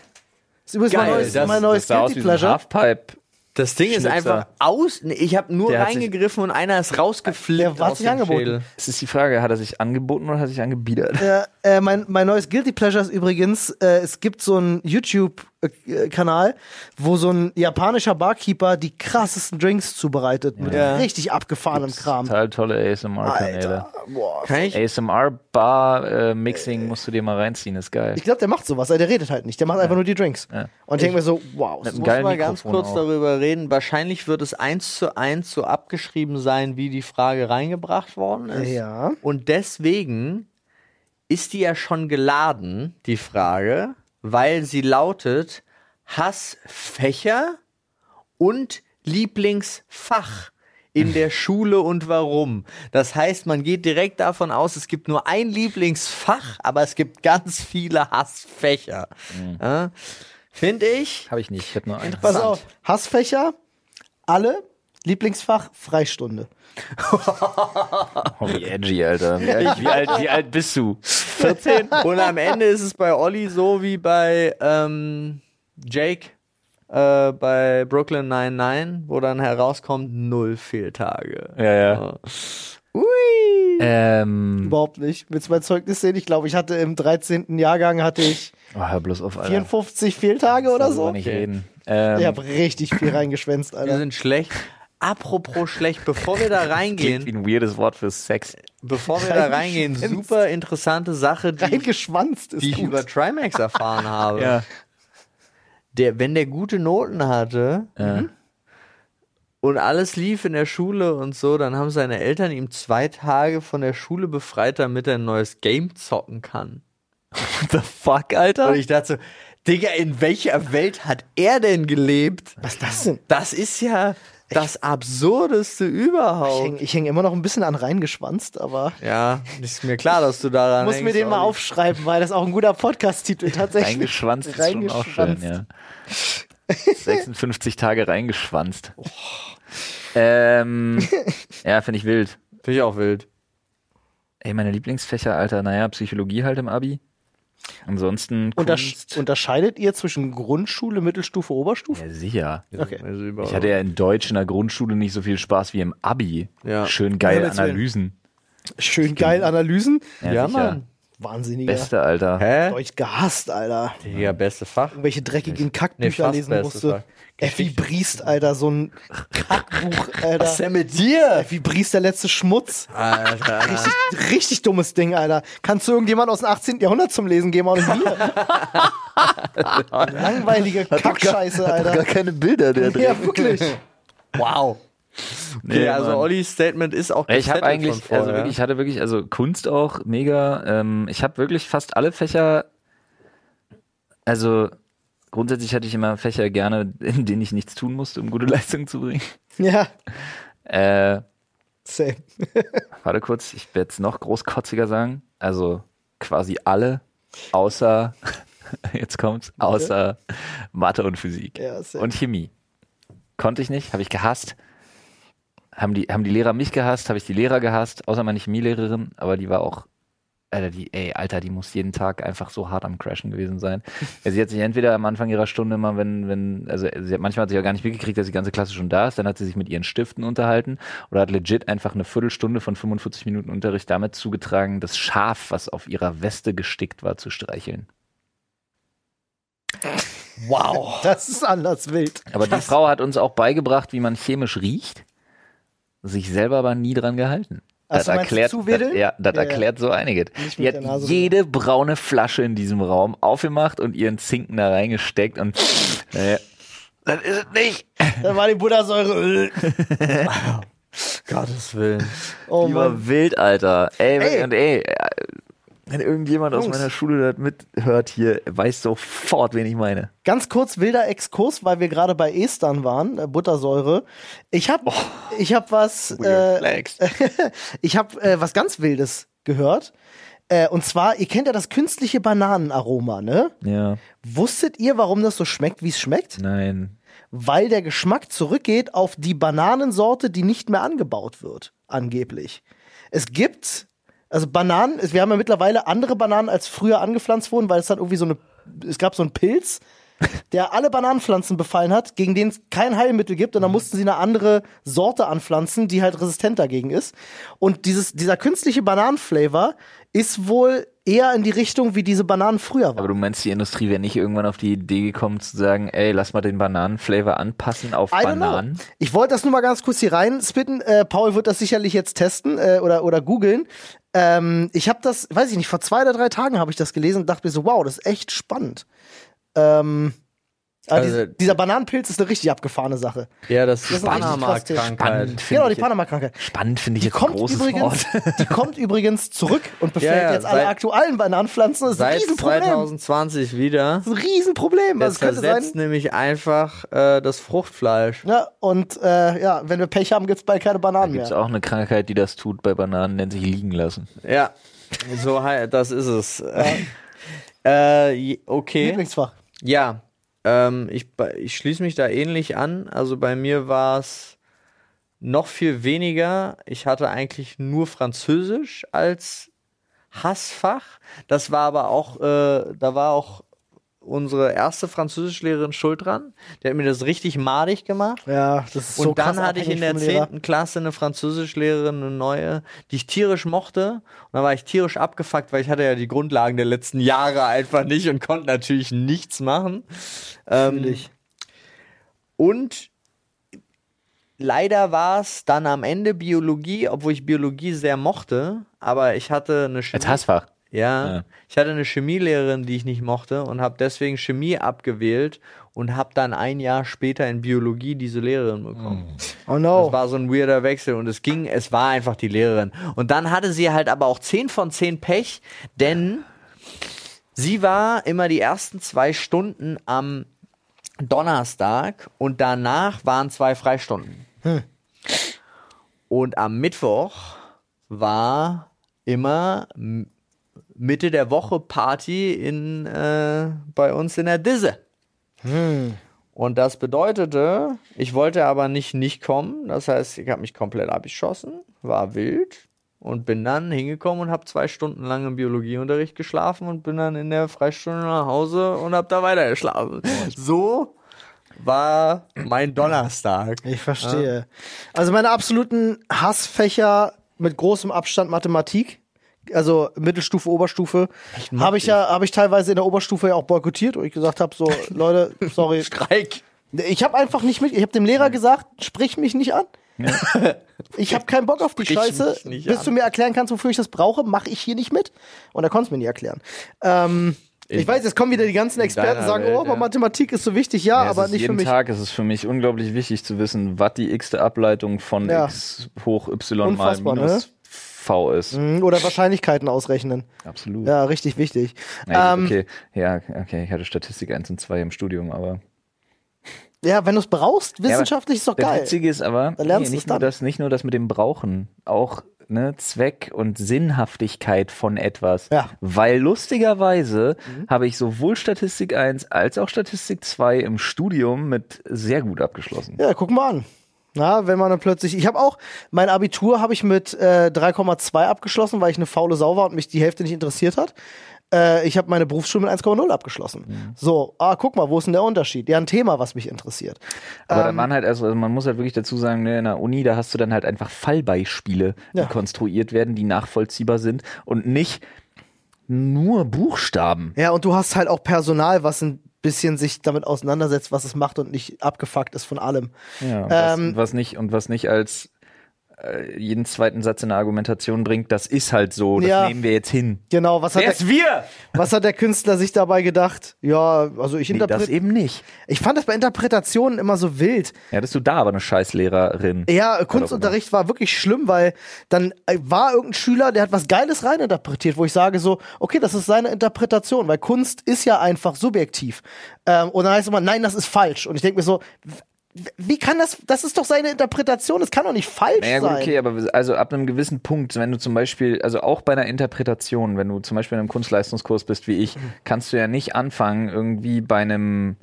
S3: Ist übrigens
S1: Äh?
S3: mein
S1: Geil,
S3: neues,
S1: das-
S3: mein neues
S4: das sah aus
S3: Guilty
S4: wie so ein
S3: Pleasure.
S4: Halfpipe.
S1: Das Ding ist
S4: Schnitzer.
S1: einfach aus. Nee, Ich habe nur
S4: Der hat sich-
S1: reingegriffen und einer ist rausgeflippt.
S3: Der hat
S1: aus
S3: sich
S1: dem
S3: angeboten.
S1: Schädel.
S4: Es ist die Frage, hat er sich angeboten oder hat er sich angebiedert?
S3: Äh, äh, mein, mein neues Guilty Pleasure ist übrigens, äh, es gibt so einen YouTube-Kanal, wo so ein japanischer Barkeeper die krassesten Drinks zubereitet mit
S1: Ja.
S3: richtig abgefahrenem [LAUGHS] Kram.
S4: Total tolle ASMR-Kanäle.
S3: Alter, boah.
S1: Kann ich?
S4: ASMR-Bar-Mixing äh, musst du dir mal reinziehen, ist geil.
S3: Ich glaube, der macht sowas, der redet halt nicht, der macht einfach nur die Drinks. Und ich denke mir so, wow,
S4: Mit einem
S1: Muss
S4: geilen
S1: mal ganz
S4: Mikrofon
S1: kurz
S4: auch.
S1: darüber reden. Wahrscheinlich wird es eins zu eins so abgeschrieben sein, wie die Frage reingebracht worden ist.
S3: Ja.
S1: Und deswegen ist die ja schon geladen, die Frage, weil sie lautet Hassfächer und Lieblingsfach in
S4: [LAUGHS]
S1: der Schule und warum. Das heißt, man geht direkt davon aus, es gibt nur ein Lieblingsfach, aber es gibt ganz viele Hassfächer.
S4: Mhm.
S1: Ja? Finde ich.
S4: Habe ich nicht, ich habe nur einen.
S3: pass auf, Hassfächer, alle, Lieblingsfach, Freistunde.
S4: Oh, wie edgy, [LAUGHS] Alter. Wie alt, wie alt bist du?
S3: [LAUGHS]
S1: 14. Und am Ende ist es bei Olli so wie bei ähm, Jake äh, bei Brooklyn 99, wo dann herauskommt, null Fehltage.
S4: Ja, ja.
S3: Oh.
S1: Ui.
S4: Ähm,
S3: Überhaupt nicht. Willst du mein Zeugnis sehen? Ich glaube, ich hatte im 13. Jahrgang hatte ich
S4: oh, hör bloß auf, Alter.
S3: 54 Fehltage oder
S4: Darüber
S3: so.
S4: nicht reden. Ähm,
S3: Ich habe richtig viel reingeschwänzt,
S1: Wir
S3: Alter.
S1: sind schlecht. Apropos schlecht, bevor wir da
S6: Klingt wie
S1: reingehen,
S6: ein weirdes Wort für Sex.
S1: bevor wir da reingehen, super interessante Sache, die ich
S3: [LAUGHS] Reingeschwanzt ist
S1: die ich
S3: gut.
S1: über Trimax erfahren habe. Der, wenn der gute Noten hatte
S3: Mhm.
S1: und alles lief in der Schule und so, dann haben seine Eltern ihm zwei Tage von der Schule befreit, damit er ein neues Game zocken kann.
S6: What the fuck, Alter?
S1: Und ich dachte so, Digga, in welcher Welt hat er denn gelebt?
S3: Was ist das denn?
S1: Das ist ja das Absurdeste überhaupt.
S3: Ich hänge häng immer noch ein bisschen an reingeschwanzt, aber
S1: ja, ist mir klar, dass du daran
S3: muss mir
S1: hängst,
S3: den mal
S1: Olli.
S3: aufschreiben, weil das auch ein
S1: [LAUGHS]
S3: guter Podcast-Titel tatsächlich.
S6: Reingeschwanzt ist schon auch schön,
S3: Reingeschwanzt.
S6: ja. 56 Tage reingeschwanzt.
S2: Ähm, ja, finde ich wild.
S1: Finde ich auch wild.
S2: Ey, meine Lieblingsfächer, Alter, naja, Psychologie halt im Abi. Ansonsten
S3: Untersch
S2: Kunst.
S3: unterscheidet ihr zwischen Grundschule, Mittelstufe, Oberstufe?
S6: Ja, sicher.
S3: Okay.
S1: Also
S6: Ich
S1: überhaupt.
S6: hatte ja in Deutsch in der Grundschule nicht so viel Spaß wie im Abi.
S1: Ja.
S6: Schön geile
S3: Ja, zu-
S6: Analysen.
S3: Schön geil Analysen.
S1: ja,
S2: sicher.
S1: Mann.
S3: Wahnsinniger.
S2: Beste, Alter.
S1: Hä?
S3: Deutsch gehasst, Alter.
S1: Digga, beste Fach.
S3: Irgendwelche dreckigen
S1: Nee,
S3: Kackbücher
S1: fast
S3: lesen
S1: bestes
S3: musste.
S1: Fach.
S3: Effi Briest, Alter, so ein
S1: [LAUGHS]
S3: Kackbuch,
S1: Was ist
S3: Alter.
S1: denn mit dir?
S3: Effi Briest, der letzte Schmutz.
S1: Alter.
S3: Richtig, richtig dummes Ding, Alter. Kannst du irgendjemand aus dem 18. Jahrhundert zum Lesen geben, auch nicht mir?
S2: [LAUGHS]
S3: Langweilige Kackscheiße, Alter.
S6: keine Bilder der
S3: Ja, wirklich.
S1: Wow. Okay, also
S2: Mann.
S1: Ollis Statement ist auch
S2: Ich habe
S1: gesettelt
S2: eigentlich,
S1: von vorher.
S2: also wirklich, ich hatte wirklich, also Kunst auch mega. Ähm, ich habe wirklich fast alle Fächer. Also grundsätzlich hatte ich immer Fächer gerne, [LAUGHS] in denen ich nichts tun musste, um gute [LAUGHS] Leistungen zu bringen.
S3: Ja,
S2: Äh,
S3: same.
S2: warte kurz, ich werde es noch großkotziger sagen. Also quasi alle, außer [LAUGHS] jetzt kommt's, außer Mathe und Physik
S3: Ja, same.
S2: und Chemie. Konnte ich nicht, habe ich gehasst. Haben die, haben die Lehrer mich gehasst, habe ich die Lehrer gehasst, außer meine Chemielehrerin, aber die war auch, Alter, die, ey, Alter, die muss jeden Tag einfach so hart am Crashen gewesen
S3: [LAUGHS]
S2: sein. Ja, Sie hat sich entweder am Anfang ihrer Stunde immer, wenn, wenn, also sie hat, manchmal hat sie ja gar nicht mitgekriegt, dass die ganze Klasse schon da ist, dann hat sie sich mit ihren Stiften unterhalten oder hat legit einfach eine Viertelstunde von 45 Minuten Unterricht damit zugetragen, das Schaf, was auf ihrer Weste gestickt war, zu streicheln.
S1: wow.
S3: Das ist anders wild.
S2: Aber die Frau hat uns auch beigebracht, wie man chemisch riecht, sich selber aber nie dran gehalten.
S3: Ach so, meinst du
S2: erklärt,
S3: zuwedeln?
S2: das, ja, das
S3: Ja, ja.
S2: erklärt so einiges.
S3: Nicht
S2: Die
S3: mit
S2: hat
S3: der Nase
S2: jede braune Flasche in diesem Raum aufgemacht und ihren Zinken da reingesteckt
S3: [LAUGHS]
S2: und naja, das ist es nicht.
S3: Da war die Buddhasäure.
S1: Gottes Willen.
S3: Oh
S2: Die war
S3: Mann.
S2: wild, Alter. Ey,
S3: Ey.
S2: und ey, wenn irgendjemand aus
S3: Jungs.
S2: meiner Schule das mithört hier, weiß sofort, wen ich meine.
S3: Ganz kurz wilder Exkurs, weil wir gerade bei Estern waren, äh, Buttersäure. Ich
S2: Oh.
S3: habe ich hab was äh, [LAUGHS] ich habe äh, was ganz wildes gehört. Äh, und zwar, ihr kennt ja das künstliche Bananenaroma, ne?
S2: Ja,
S3: Wusstet ihr, warum das so schmeckt, wie es schmeckt?
S2: nein.
S3: Weil der Geschmack zurückgeht auf die Bananensorte, die nicht mehr angebaut wird, angeblich. Es gibt, also Bananen, es- wir haben ja mittlerweile andere Bananen, als früher angepflanzt wurden, weil es dann irgendwie so eine, es gab so einen Pilz, der alle Bananenpflanzen befallen hat, gegen den es kein Heilmittel gibt und dann mussten sie eine andere Sorte anpflanzen, die halt resistent dagegen ist. Und dieses, dieser künstliche Bananenflavor ist wohl eher in die Richtung, wie diese Bananen früher waren.
S2: Aber du meinst, die Industrie wäre nicht irgendwann auf die Idee gekommen zu sagen, ey, lass mal den Bananenflavor anpassen auf
S3: I don't know.
S2: Bananen?
S3: Ich wollte das nur mal ganz kurz hier reinspitten. Äh, Paul wird das sicherlich jetzt testen äh, oder, oder googeln. Ähm, ich habe das, weiß ich nicht, vor zwei oder drei Tagen habe ich das gelesen und dachte mir so, wow, das ist echt spannend. Ähm, aber
S1: Also-
S3: dies- dieser Bananenpilz ist eine richtig abgefahrene Sache.
S1: Ja, das
S3: ist
S1: ist
S3: richtig
S1: Panama-Krankheit.
S2: Find
S3: Genau, die
S2: ich jetzt-
S3: Panama-Krankheit.
S2: Spannend finde ich jetzt ein
S3: Kommt
S2: großes
S3: übrigens,
S2: Wort.
S3: [LAUGHS] die kommt übrigens zurück und befällt
S1: Ja, ja,
S3: jetzt alle
S1: seit-
S3: aktuellen Bananenpflanzen. Das ist ein
S1: Seit
S3: Riesenproblem.
S1: 2020 wieder.
S3: Das ist ein Riesenproblem. Also,
S1: Das
S3: es könnte
S1: ersetzt
S3: sein.
S1: nämlich einfach äh, das Fruchtfleisch.
S3: Ja, und äh, ja, wenn wir Pech haben, gibt's bald keine Bananen
S2: Gibt es
S3: mehr.
S2: auch eine Krankheit, die das tut bei Bananen, nennt sich liegen lassen.
S1: Ja, so hei- das ist es. [LAUGHS] Äh, j- okay.
S3: Lieblingsfach.
S1: Ja, ähm, ich, bei- ich schließe mich da ähnlich an. Also bei mir war es noch viel weniger. Ich hatte eigentlich nur Französisch als Hassfach. Das war aber auch, äh, da war auch unsere erste Französischlehrerin schuld dran. Die hat mir das richtig madig gemacht.
S3: Ja, das ist
S1: Und
S3: so krass
S1: dann hatte ich in der
S3: abhängig vom Lehrer.
S1: 10. Klasse eine Französischlehrerin, eine neue, die ich tierisch mochte. Und da war ich tierisch abgefuckt, weil ich hatte ja die Grundlagen der letzten Jahre einfach nicht und konnte natürlich nichts machen. Ähm,
S3: Natürlich.
S1: und leider war es dann am Ende Biologie, obwohl ich Biologie sehr mochte, aber ich hatte eine Chemie.
S7: Als
S3: Mhm.
S7: Hassfach.
S1: Ja,
S7: Ja.
S1: ich hatte eine Chemielehrerin, die ich nicht mochte und habe deswegen Chemie abgewählt und habe dann ein Jahr später in Biologie diese Lehrerin bekommen.
S3: Oh
S1: Das
S3: no.
S1: war so ein weirder Wechsel und es ging, es war einfach die Lehrerin. Und dann hatte sie halt aber auch 10 von 10 Pech, denn sie war immer die ersten zwei Stunden am Donnerstag und danach waren zwei Freistunden. Und am Mittwoch war immer m- Mitte der Woche Party in, äh, bei uns in der Disse. Und das bedeutete, ich wollte aber nicht nicht kommen. Das heißt, ich habe mich komplett abgeschossen, war wild und bin dann hingekommen und habe zwei Stunden lang im Biologieunterricht geschlafen und bin dann in der Freistunde nach Hause und habe da weiter geschlafen. So war mein Donnerstag.
S3: Ich verstehe. Also meine absoluten Hassfächer mit großem Abstand Mathematik. Also Mittelstufe, Oberstufe. Habe ich ja, habe ich teilweise in der Oberstufe ja auch boykottiert, wo ich gesagt habe,
S1: [LAUGHS]
S3: so, Leute, sorry.
S1: Dreik.
S3: Ich habe einfach nicht mit, ich habe dem Lehrer gesagt, sprich mich nicht an. [LAUGHS] Ich habe keinen Bock auf die
S1: Sprich
S3: Scheiße.
S1: mich nicht
S3: Bis
S1: an.
S3: du mir erklären kannst, wofür ich das brauche, mache ich hier nicht mit. Und er konnte es mir nie erklären. Ähm, ich weiß, jetzt kommen wieder die ganzen Experten
S1: deiner
S3: sagen,
S1: Welt,
S3: oh, aber
S1: ja.
S3: Mathematik ist so wichtig, ja,
S2: es
S3: aber
S2: ist
S3: nicht für
S2: jeden
S3: mich.
S2: Tag ist es für mich unglaublich wichtig zu wissen, was die x-te Ableitung von
S3: Ja.
S2: x hoch y mal
S3: Unfassbar,
S2: minus
S3: ne?
S2: v ist.
S3: Mhm, Oder Wahrscheinlichkeiten ausrechnen.
S2: Absolut.
S3: Ja, richtig wichtig.
S2: Na gut,
S3: ähm,
S2: okay. Ja, okay, ich hatte Statistik 1 und 2 im Studium, aber
S3: Ja, wenn du es brauchst,
S2: aber
S3: wissenschaftlich ist doch
S2: Der
S3: geil.
S2: Witzige ist aber,
S3: Dann
S2: nee,
S3: lernst du es
S2: nicht, nur
S3: dann.
S2: das, nicht nur das mit dem Brauchen, auch ne, Zweck und Sinnhaftigkeit von etwas.
S3: Ja. Mhm.
S2: Weil lustigerweise habe ich sowohl Statistik 1 als auch Statistik 2 im Studium mit sehr gut abgeschlossen.
S3: Ja, guck mal an. Na, wenn man dann plötzlich. Ich habe auch, mein Abitur habe ich mit äh, 3,2 abgeschlossen, weil ich eine faule Sau war und mich die Hälfte nicht interessiert hat. Äh, ich habe meine Berufsschule mit 1,0 abgeschlossen.
S2: Mhm.
S3: So, ah, guck mal, wo ist denn der Unterschied? Ja, ein Thema, was mich interessiert.
S2: Aber
S3: Ähm.
S2: da waren halt, also, also man muss halt wirklich dazu sagen, ne, in der Uni, da hast du dann halt einfach Fallbeispiele,
S3: Ja.
S2: die konstruiert werden, die nachvollziehbar sind und nicht nur Buchstaben.
S3: Ja, und du hast halt auch Personal, was ein bisschen sich damit auseinandersetzt, was es macht und nicht abgefuckt ist von allem.
S2: Ja, und
S3: Ähm,
S2: was, was nicht und was nicht als äh, jeden zweiten Satz in der Argumentation bringt, das ist halt so, das
S3: Ja.
S2: nehmen wir jetzt hin.
S3: Genau, was hat, der,
S2: wir?
S3: [LAUGHS] was hat der Künstler sich dabei gedacht? Ja, also ich
S2: Nee, das
S3: interpretiere.
S2: eben nicht.
S3: Ich fand das bei Interpretationen immer so wild.
S2: Ja, hattest du da aber eine Scheißlehrerin.
S3: Ja, Kunstunterricht war wirklich schlimm, weil dann äh, war irgendein Schüler, der hat was Geiles reininterpretiert, wo ich sage so, okay, das ist seine Interpretation, weil Kunst ist ja einfach subjektiv. Ähm, und dann heißt es immer, nein, das ist falsch. Und ich denke mir so, w- wie kann das, das ist doch seine Interpretation, das kann doch nicht falsch
S2: Naja, gut,
S3: sein.
S2: okay, aber wir- also ab einem gewissen Punkt, wenn du zum Beispiel, also auch bei einer Interpretation, wenn du zum Beispiel in einem Kunstleistungskurs bist wie ich,
S3: Mhm.
S2: kannst du ja nicht anfangen, irgendwie bei einem,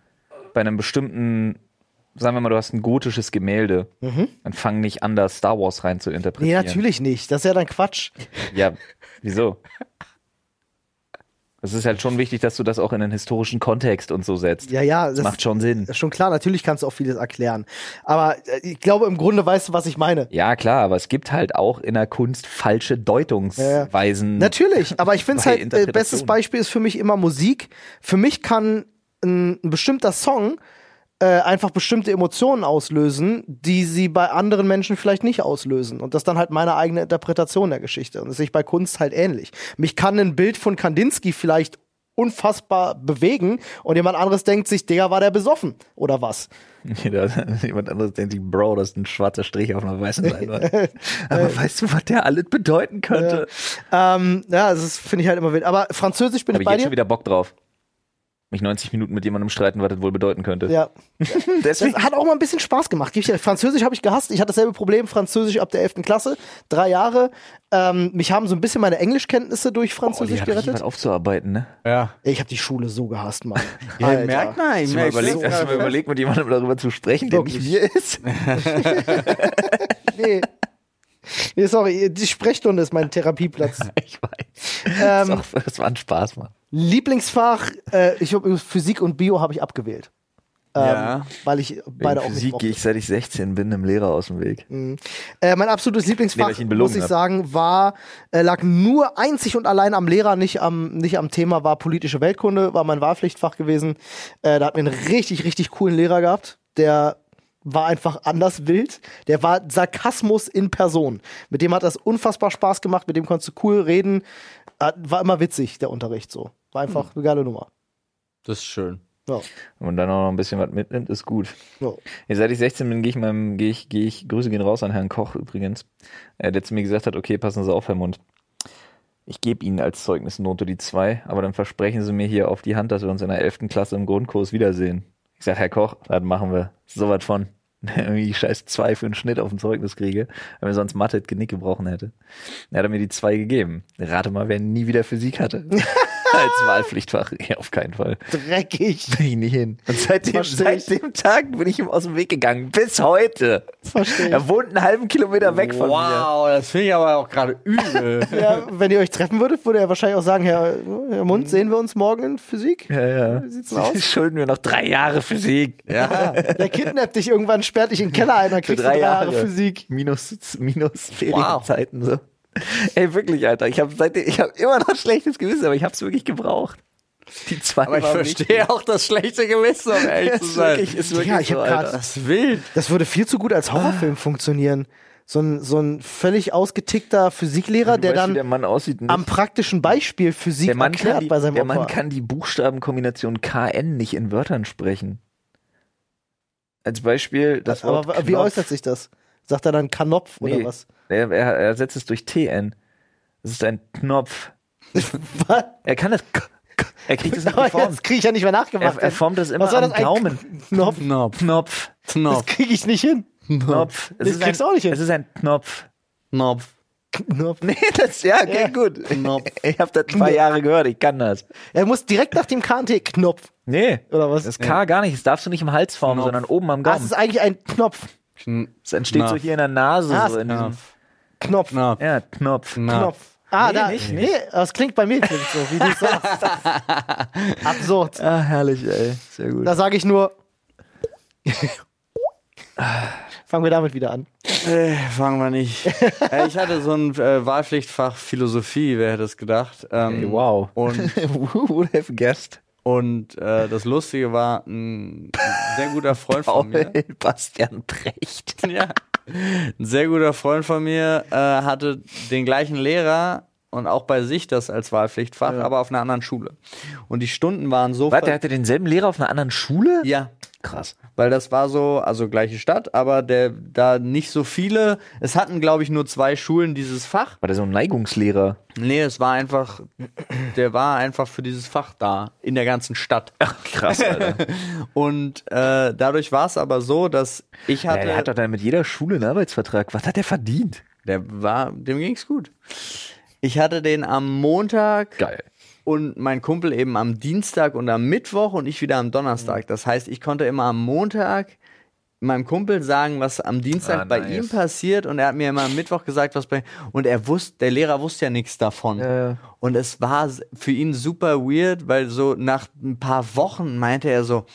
S2: bei einem bestimmten, sagen wir mal, du hast ein gotisches Gemälde, dann fang nicht an, da Star Wars rein zu
S3: Mhm. Nee,
S2: interpretieren.
S3: natürlich nicht. Das ist ja dann Quatsch.
S2: Ja, wieso? Es ist halt schon wichtig, dass du das auch in einen historischen Kontext und so setzt.
S3: Ja, ja, das,
S2: das macht schon Sinn.
S3: das ist schon klar. Natürlich kannst du auch vieles erklären. Aber äh, ich glaube, im Grunde weißt du, was ich meine.
S2: Ja, klar, aber es gibt halt auch in der Kunst falsche Deutungsweisen.
S3: Natürlich, aber ich finde es
S2: Bei
S3: halt, äh,
S2: Interpretation.
S3: bestes Beispiel ist für mich immer Musik. Für mich kann ein, ein bestimmter Song äh, einfach bestimmte Emotionen auslösen, die sie bei anderen Menschen vielleicht nicht auslösen. Und das dann halt meine eigene Interpretation der Geschichte. Und das sehe ich bei Kunst halt ähnlich. Mich kann ein Bild von Kandinsky vielleicht unfassbar bewegen und jemand anderes denkt sich, Digga, war der besoffen oder was?
S2: [LAUGHS] Jeder, jemand anderes denkt sich, Bro, das ist ein schwarzer Strich auf einer weißen
S3: [LAUGHS]
S2: Leinwand. Aber weißt du, was der alles bedeuten könnte?
S3: Ähm, ja, das finde ich halt immer wild. Aber Französisch bin
S2: Habe
S3: ich
S2: ich
S3: bei
S2: jetzt schon
S3: dir.
S2: wieder Bock drauf. Mich 90 Minuten mit jemandem streiten, was das wohl bedeuten könnte.
S3: Ja,
S2: Deswegen.
S3: Das hat auch mal ein bisschen Spaß gemacht. Geb ich dir- Französisch habe ich gehasst. Ich hatte dasselbe Problem, Französisch ab der 11. Klasse, drei Jahre. Ähm, mich haben so ein bisschen meine Englischkenntnisse durch
S2: Oh,
S3: Französisch gerettet.
S2: aufzuarbeiten, ne?
S1: Ja.
S3: Ich habe die Schule so gehasst, Mann.
S1: Ja,
S3: Alter.
S1: merkt man, ich
S2: Hast du mal
S1: merk's
S2: überlegt,
S1: so
S2: hast du mal
S1: krass.
S2: überlegt, mit jemandem darüber zu sprechen, der nicht
S3: Wirklich.
S2: wir ist?
S3: [LAUGHS] Nee. nee, sorry, die Sprechstunde ist mein Therapieplatz.
S2: [LAUGHS] Ich weiß.
S3: Ähm,
S2: das, ist auch, das war ein Spaß, Mann.
S3: Lieblingsfach, äh, ich hab, Physik und Bio habe ich abgewählt. Ähm,
S1: Ja.
S3: Weil ich beide auch nicht
S2: Physik
S3: mochte.
S2: gehe ich, seit ich 16 bin, dem Lehrer aus dem Weg.
S3: Äh, mein absolutes
S2: Nee, weil
S3: Lieblingsfach,
S2: ich ihn belogen
S3: muss ich
S2: hab.
S3: sagen, war, äh, lag nur einzig und allein am Lehrer, nicht am, nicht am Thema, war politische Weltkunde, war mein Wahlpflichtfach gewesen. Äh, da hat mir einen richtig, richtig coolen Lehrer gehabt, der war einfach anders wild. Der war Sarkasmus in Person. Mit dem hat das unfassbar Spaß gemacht, mit dem konntest du cool reden. Äh, War immer witzig, der Unterricht so. War
S2: Hm.
S3: einfach eine geile Nummer.
S1: Das ist schön.
S3: Ja.
S2: Und dann auch noch ein bisschen was mitnimmt, ist gut.
S3: Ja.
S2: Ja, seit ich 16 bin, gehe ich meinem, gehe ich, gehe ich, Grüße gehen raus an Herrn Koch übrigens, äh, der zu mir gesagt hat, okay, passen Sie auf, Herr Mund. Ich gebe Ihnen als Zeugnisnote die zwei, aber dann versprechen Sie mir hier auf die Hand, dass wir uns in der 11. Klasse im Grundkurs wiedersehen. Ich sage, Herr Koch, dann machen wir sowas von. [LAUGHS] Irgendwie scheiß zwei für einen Schnitt auf ein Zeugnis kriege, weil mir sonst Mathe das Genick gebrochen hätte. Er hat mir die zwei gegeben. Rate mal, wer nie wieder Physik hatte. [LAUGHS] als Wahlpflichtfach. [LAUGHS] Ja, auf keinen Fall.
S3: Dreckig.
S2: Krieg ich nicht hin. Und seitdem,
S3: Versteh
S2: seit
S3: ich.
S2: dem Tag bin ich ihm aus dem Weg gegangen. Bis heute.
S3: Verstehe ich.
S2: Er wohnt einen halben Kilometer weg von mir.
S1: wow, das finde ich aber auch gerade übel.
S3: Ja, wenn ihr euch treffen würdet, würde er wahrscheinlich auch sagen, Herr, Herr
S2: Hm.
S3: Mund, sehen wir uns morgen in Physik?
S2: Ja, ja.
S3: Wie sieht's denn aus?
S2: Sie schulden mir noch drei Jahre Physik. [LAUGHS]
S1: ja.
S3: Der kidnappt dich irgendwann, sperrt dich in den Keller ein, dann kriegst du drei Jahre, Physik.
S2: Minus, minus Ferienzeiten so. Ey, wirklich, Alter. Ich habe seitdem, ich habe immer noch schlechtes Gewissen, aber ich habe es wirklich gebraucht. Die zwei
S1: Aber ich
S2: waren
S1: verstehe auch das schlechte Gewissen, um ehrlich
S2: [LAUGHS] wichtig.
S1: zu
S2: Ist
S1: sein.
S2: wirklich, ist wirklich
S3: Ja, ich
S2: so,
S3: hab grad-
S2: Alter.
S1: Das ist wild.
S3: Das würde viel zu gut als Horrorfilm funktionieren. So ein, so ein völlig ausgetickter Physiklehrer, der
S2: Weißt du, wie
S3: dann
S2: der Mann aussieht. nicht?
S3: am praktischen Beispiel Physik
S2: Der Mann,
S3: erklärt
S2: kann die,
S3: bei seinem
S2: der
S3: Opfer.
S2: Mann kann die Buchstabenkombination KN nicht in Wörtern sprechen. Als Beispiel, das Wort
S3: Aber wie
S2: Knopf.
S3: äußert sich das? Sagt er dann Kanopf oder
S2: Nee. [LAUGHS]
S3: was?
S2: Er, er, er setzt es durch TN. Das ist ein Knopf.
S3: was?
S2: Er kann das. K, K, er kriegt es nicht
S3: Aber
S2: geformt.
S3: jetzt kriege ich ja nicht mehr nachgemacht.
S2: Er, er formt das immer
S3: was war
S2: am
S3: das? Ein
S2: Daumen.
S3: Knopf?
S1: Knopf,
S2: Knopf.
S1: Knopf,
S3: Das kriege ich nicht hin.
S2: Knopf. Es
S3: Das
S2: ist
S3: kriegst
S2: ein,
S3: du auch nicht hin.
S2: Es ist ein
S3: [LAUGHS]
S2: Knopf.
S1: Knopf,
S3: Knopf.
S2: Nee, das, ja, okay,
S3: Ja.
S2: gut.
S1: Knopf.
S2: [LAUGHS] Ich habe das zwei Jahre gehört, ich kann das.
S3: Er muss direkt nach dem KNT-Knopf
S2: Nee,
S3: oder was?
S2: das K gar nicht. Das darfst du nicht im Hals formen,
S1: Knopf.
S2: sondern oben am
S3: Ah, es
S2: Gaumen.
S3: ist eigentlich ein Knopf.
S1: Kn-
S2: Es entsteht so
S1: Knopf.
S2: hier in der Nase.
S3: Ah,
S2: so in diesem,
S3: Knopf.
S1: Knopf,
S2: ja,
S1: Knopf.
S2: Knopf.
S3: Knopf. Ah,
S2: Nee,
S3: da.
S2: nicht,
S3: nee, das klingt bei mir klingt so, wie du es sagst. Absurd.
S2: Ah, herrlich, ey. Sehr gut.
S3: Da sage ich nur. Fangen wir damit wieder an.
S1: Äh, fangen wir
S2: [LAUGHS]
S1: nicht. äh, ich hatte so ein äh, Wahlpflichtfach Philosophie, wer hätte es gedacht. Ähm,
S2: Ey, wow. [LAUGHS]
S1: Und,
S2: Who would have guessed?
S1: und äh, das Lustige war, ein sehr guter Freund von
S2: [LAUGHS]
S1: mir.
S2: Paul Bastian Brecht.
S1: Ja. Ein sehr guter Freund von mir äh, hatte den gleichen Lehrer und auch bei sich das als Wahlpflichtfach, aber auf einer anderen Schule. Und die Stunden waren so.
S2: Warte,
S1: ver-
S2: der hatte denselben Lehrer auf einer anderen Schule?
S1: ja,
S2: Krass.
S1: weil das war so, also gleiche Stadt, aber der da nicht so viele. Es hatten, glaube ich, nur zwei Schulen dieses Fach.
S2: War der so ein Neigungslehrer?
S1: Nee, es war einfach, der war einfach für dieses Fach da, in der ganzen Stadt.
S2: Krass, Alter.
S1: [LAUGHS] Und äh, dadurch war es aber so, dass ich
S2: ja,
S1: hatte.
S2: der hat doch dann mit jeder Schule einen Arbeitsvertrag. Was hat der verdient?
S1: Der war, dem ging's gut. Ich hatte den am Montag
S2: Geil.
S1: und mein Kumpel eben am Dienstag und am Mittwoch und ich wieder am
S2: Mhm.
S1: Donnerstag. Das heißt, ich konnte immer am Montag meinem Kumpel sagen, was am Dienstag
S2: Ah,
S1: bei
S2: nice.
S1: ihm passiert und er hat mir immer am Mittwoch gesagt, was bei und er wusste, der Lehrer wusste ja nichts davon.
S2: ja.
S1: Und es war s- für ihn super weird, weil so nach ein paar Wochen meinte er so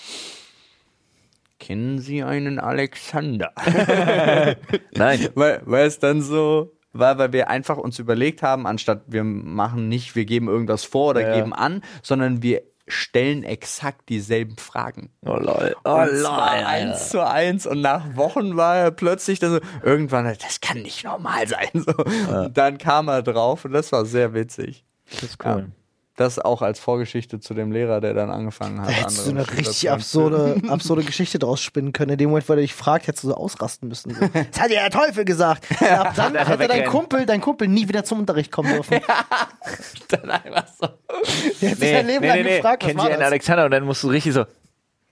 S1: Kennen Sie einen Alexander?
S2: Nein.
S1: weil, weil es dann so war, weil wir einfach uns überlegt haben, anstatt wir machen nicht, wir geben irgendwas vor oder geben an, sondern wir stellen exakt dieselben Fragen.
S2: [LAUGHS] Oh lol.
S1: Oh,
S2: Oh
S1: und
S2: lol.
S1: zwar eins zu eins und nach Wochen war er plötzlich dann so, irgendwann, das kann nicht normal sein. So. Und dann kam er drauf und das war sehr witzig.
S2: Das ist cool.
S1: Das auch als Vorgeschichte zu dem Lehrer, der dann angefangen hat.
S3: Da hättest du so
S1: andere
S3: eine richtig
S1: Schüler zu
S3: absurde, absurde Geschichte draus spinnen können. In dem Moment, wo er dich fragt, hättest du so ausrasten müssen. So, Das hat dir der Teufel gesagt. Und ab dann hätte dein Kumpel, dein Kumpel nie wieder zum Unterricht kommen dürfen.
S1: [LAUGHS] dann einfach
S3: [LAUGHS]
S1: so.
S3: Der hat sich dein Leben lang gefragt, was
S2: Kennen
S3: war
S2: Sie einen
S3: das?
S2: Alexander? Und dann musst du richtig so.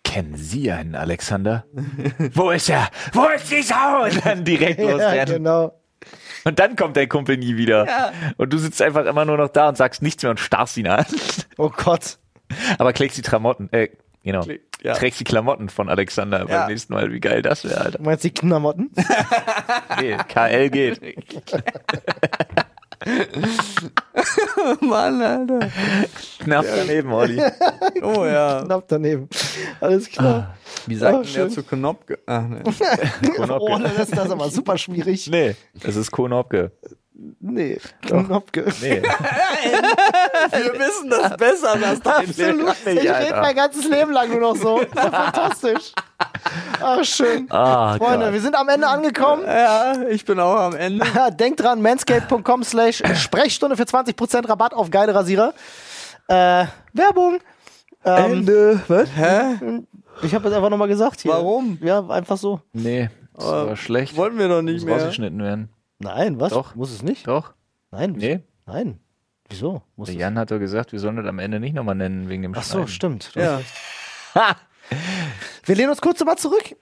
S2: Kennen Sie einen [LAUGHS] Alexander? Wo ist er? Wo ist die Sau? Und dann direkt
S3: [LAUGHS] Ja,
S2: loswerden.
S3: genau.
S2: Und dann kommt der Kumpel nie wieder. Und du sitzt einfach immer nur noch da und sagst nichts mehr und starrst ihn an. [LAUGHS]
S3: Oh Gott.
S2: Aber klickst die Klamotten, äh, genau.
S1: Klick, ja.
S2: Trägst die Klamotten von Alexander
S1: Ja.
S2: beim nächsten Mal. Wie geil das wäre, Alter.
S3: Du meinst die Kindermotten?
S2: Nee,
S1: [LAUGHS]
S2: KL geht.
S1: Mann, Alter.
S2: Knapp daneben, [LAUGHS] Olli.
S1: Oh ja. Oh,
S3: Knapp daneben. Alles klar.
S1: [LAUGHS] Wie sagt
S3: Ah,
S1: denn
S3: schön.
S1: der zu Knopke? Ach, nee.
S2: Ah,
S3: Oh, das ist das aber super schwierig.
S2: Nee, das ist Konopke.
S3: Nee. [LAUGHS] Knopke.
S2: Nee,
S1: [LAUGHS] Wir wissen das besser, das
S2: [LAUGHS]
S3: Absolut. Ich rede mein ganzes Leben lang nur noch so. Das ist fantastisch. Ach, schön.
S2: Oh Ah,
S3: Freunde, wir sind am Ende angekommen.
S1: Ja, ich bin auch am Ende.
S3: [LAUGHS] Denkt dran, manscape.com slash Sprechstunde für 20% Rabatt auf geile Rasierer. Äh, Werbung. Ähm,
S1: Ende. Was? Hä?
S3: ich habe das einfach nochmal gesagt hier.
S1: Warum?
S3: Ja, einfach so.
S2: Nee, das war schlecht.
S1: Wollen wir doch nicht
S2: Muss
S1: mehr.
S2: rausgeschnitten werden.
S3: Nein, was?
S2: Doch.
S3: Muss es nicht?
S2: Doch.
S3: Nein. wieso?
S2: Nee.
S3: Nein. Wieso? Muss
S2: Der
S3: es
S2: Jan hat doch gesagt, wir sollen das am Ende nicht nochmal nennen wegen dem
S3: Ach so,
S2: Schneiden.
S3: stimmt.
S1: Ja.
S3: Wir lehnen uns kurz nochmal zurück.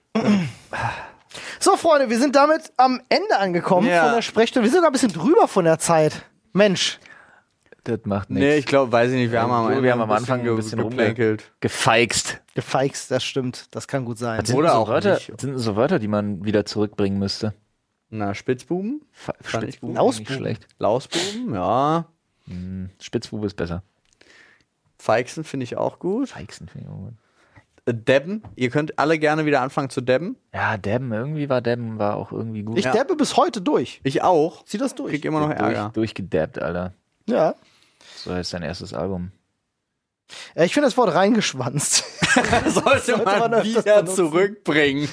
S3: So, Freunde, wir sind damit am Ende angekommen
S1: Ja.
S3: von der Sprechstunde. Wir sind sogar ein bisschen drüber von der Zeit. Mensch.
S2: Das macht nichts.
S1: Nee, ich glaube, weiß ich nicht. Wir haben am
S2: Wir
S1: Ende
S2: haben am
S1: ein bisschen
S2: Anfang ein
S1: ge-
S2: bisschen rumge-
S1: geplänkelt.
S2: Gefeixt.
S3: Gefeixt, das stimmt. Das kann gut sein.
S2: Sind
S1: Oder
S2: so
S1: auch
S2: Wörter,
S1: nicht.
S2: Sind so Wörter, die man wieder zurückbringen müsste.
S1: Na, Spitzbuben?
S2: Fe-
S1: Fand ich
S2: Spitzbube
S1: gut.
S2: ist nicht
S3: Lausbuben.
S2: schlecht.
S1: Lausbuben? Ja.
S2: Spitzbube ist besser.
S1: Feixen finde ich auch gut.
S2: Feixen finde ich auch gut.
S1: Äh, Debben. Ihr könnt alle gerne wieder anfangen zu debben.
S2: Ja, Debben, irgendwie war Debben, war auch irgendwie gut.
S3: Ich
S1: Ja.
S3: dabbe bis heute durch.
S1: Ich auch.
S3: Zieh das durch.
S1: Krieg immer noch
S2: durch,
S1: [LAUGHS] Ärger.
S2: durchgedabbt, Alter.
S3: Ja.
S2: So heißt sein erstes Album.
S3: Äh, Ich finde das Wort reingeschwanzt. [LAUGHS]
S1: Sollte
S3: man
S1: man
S3: öfters
S1: wieder [LAUGHS]
S3: benutzen.
S1: zurückbringen.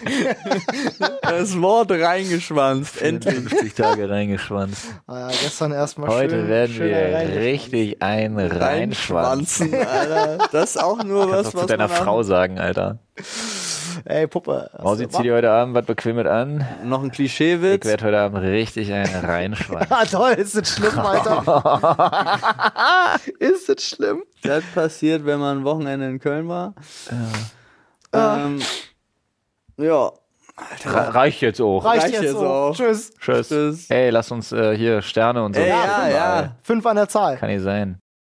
S1: das Wort reingeschwanzt. Endlich.
S2: 50
S1: [LAUGHS]
S2: Tage reingeschwanzt.
S3: Ah, ja, gestern erstmal
S2: Heute
S3: schön,
S2: werden
S3: schöner
S2: wir
S3: reingeschwanzt.
S2: richtig ein Reinschwanz.
S1: Alter. Das ist auch nur was,
S2: Kannst du
S1: was
S2: zu deiner
S1: man
S2: Frau sagen, Alter.
S3: Ey, Puppe. hast
S2: Mausi,
S3: du-
S2: zieh dir heute Abend was Bequemes an.
S1: an- noch ein
S2: Ich
S1: Klischeewitz.
S2: werde heute Abend richtig
S1: [LAUGHS]
S2: ein Reinschwanz.
S3: Ah, toll, ist das schlimm, Alter. ist das schlimm?
S1: Das passiert, wenn man ein Wochenende in Köln war. Ähm, ja.
S2: Re reicht jetzt auch.
S3: Reicht
S1: Reicht
S3: jetzt
S1: jetzt
S3: so.
S1: auch.
S3: Tschüss.
S2: Tschüss.
S1: Tschüss.
S2: Ey, lass uns äh, hier Sterne und so.
S1: Ey, ja, ja.
S3: Fünf an der Zahl.
S2: Kann nicht sein.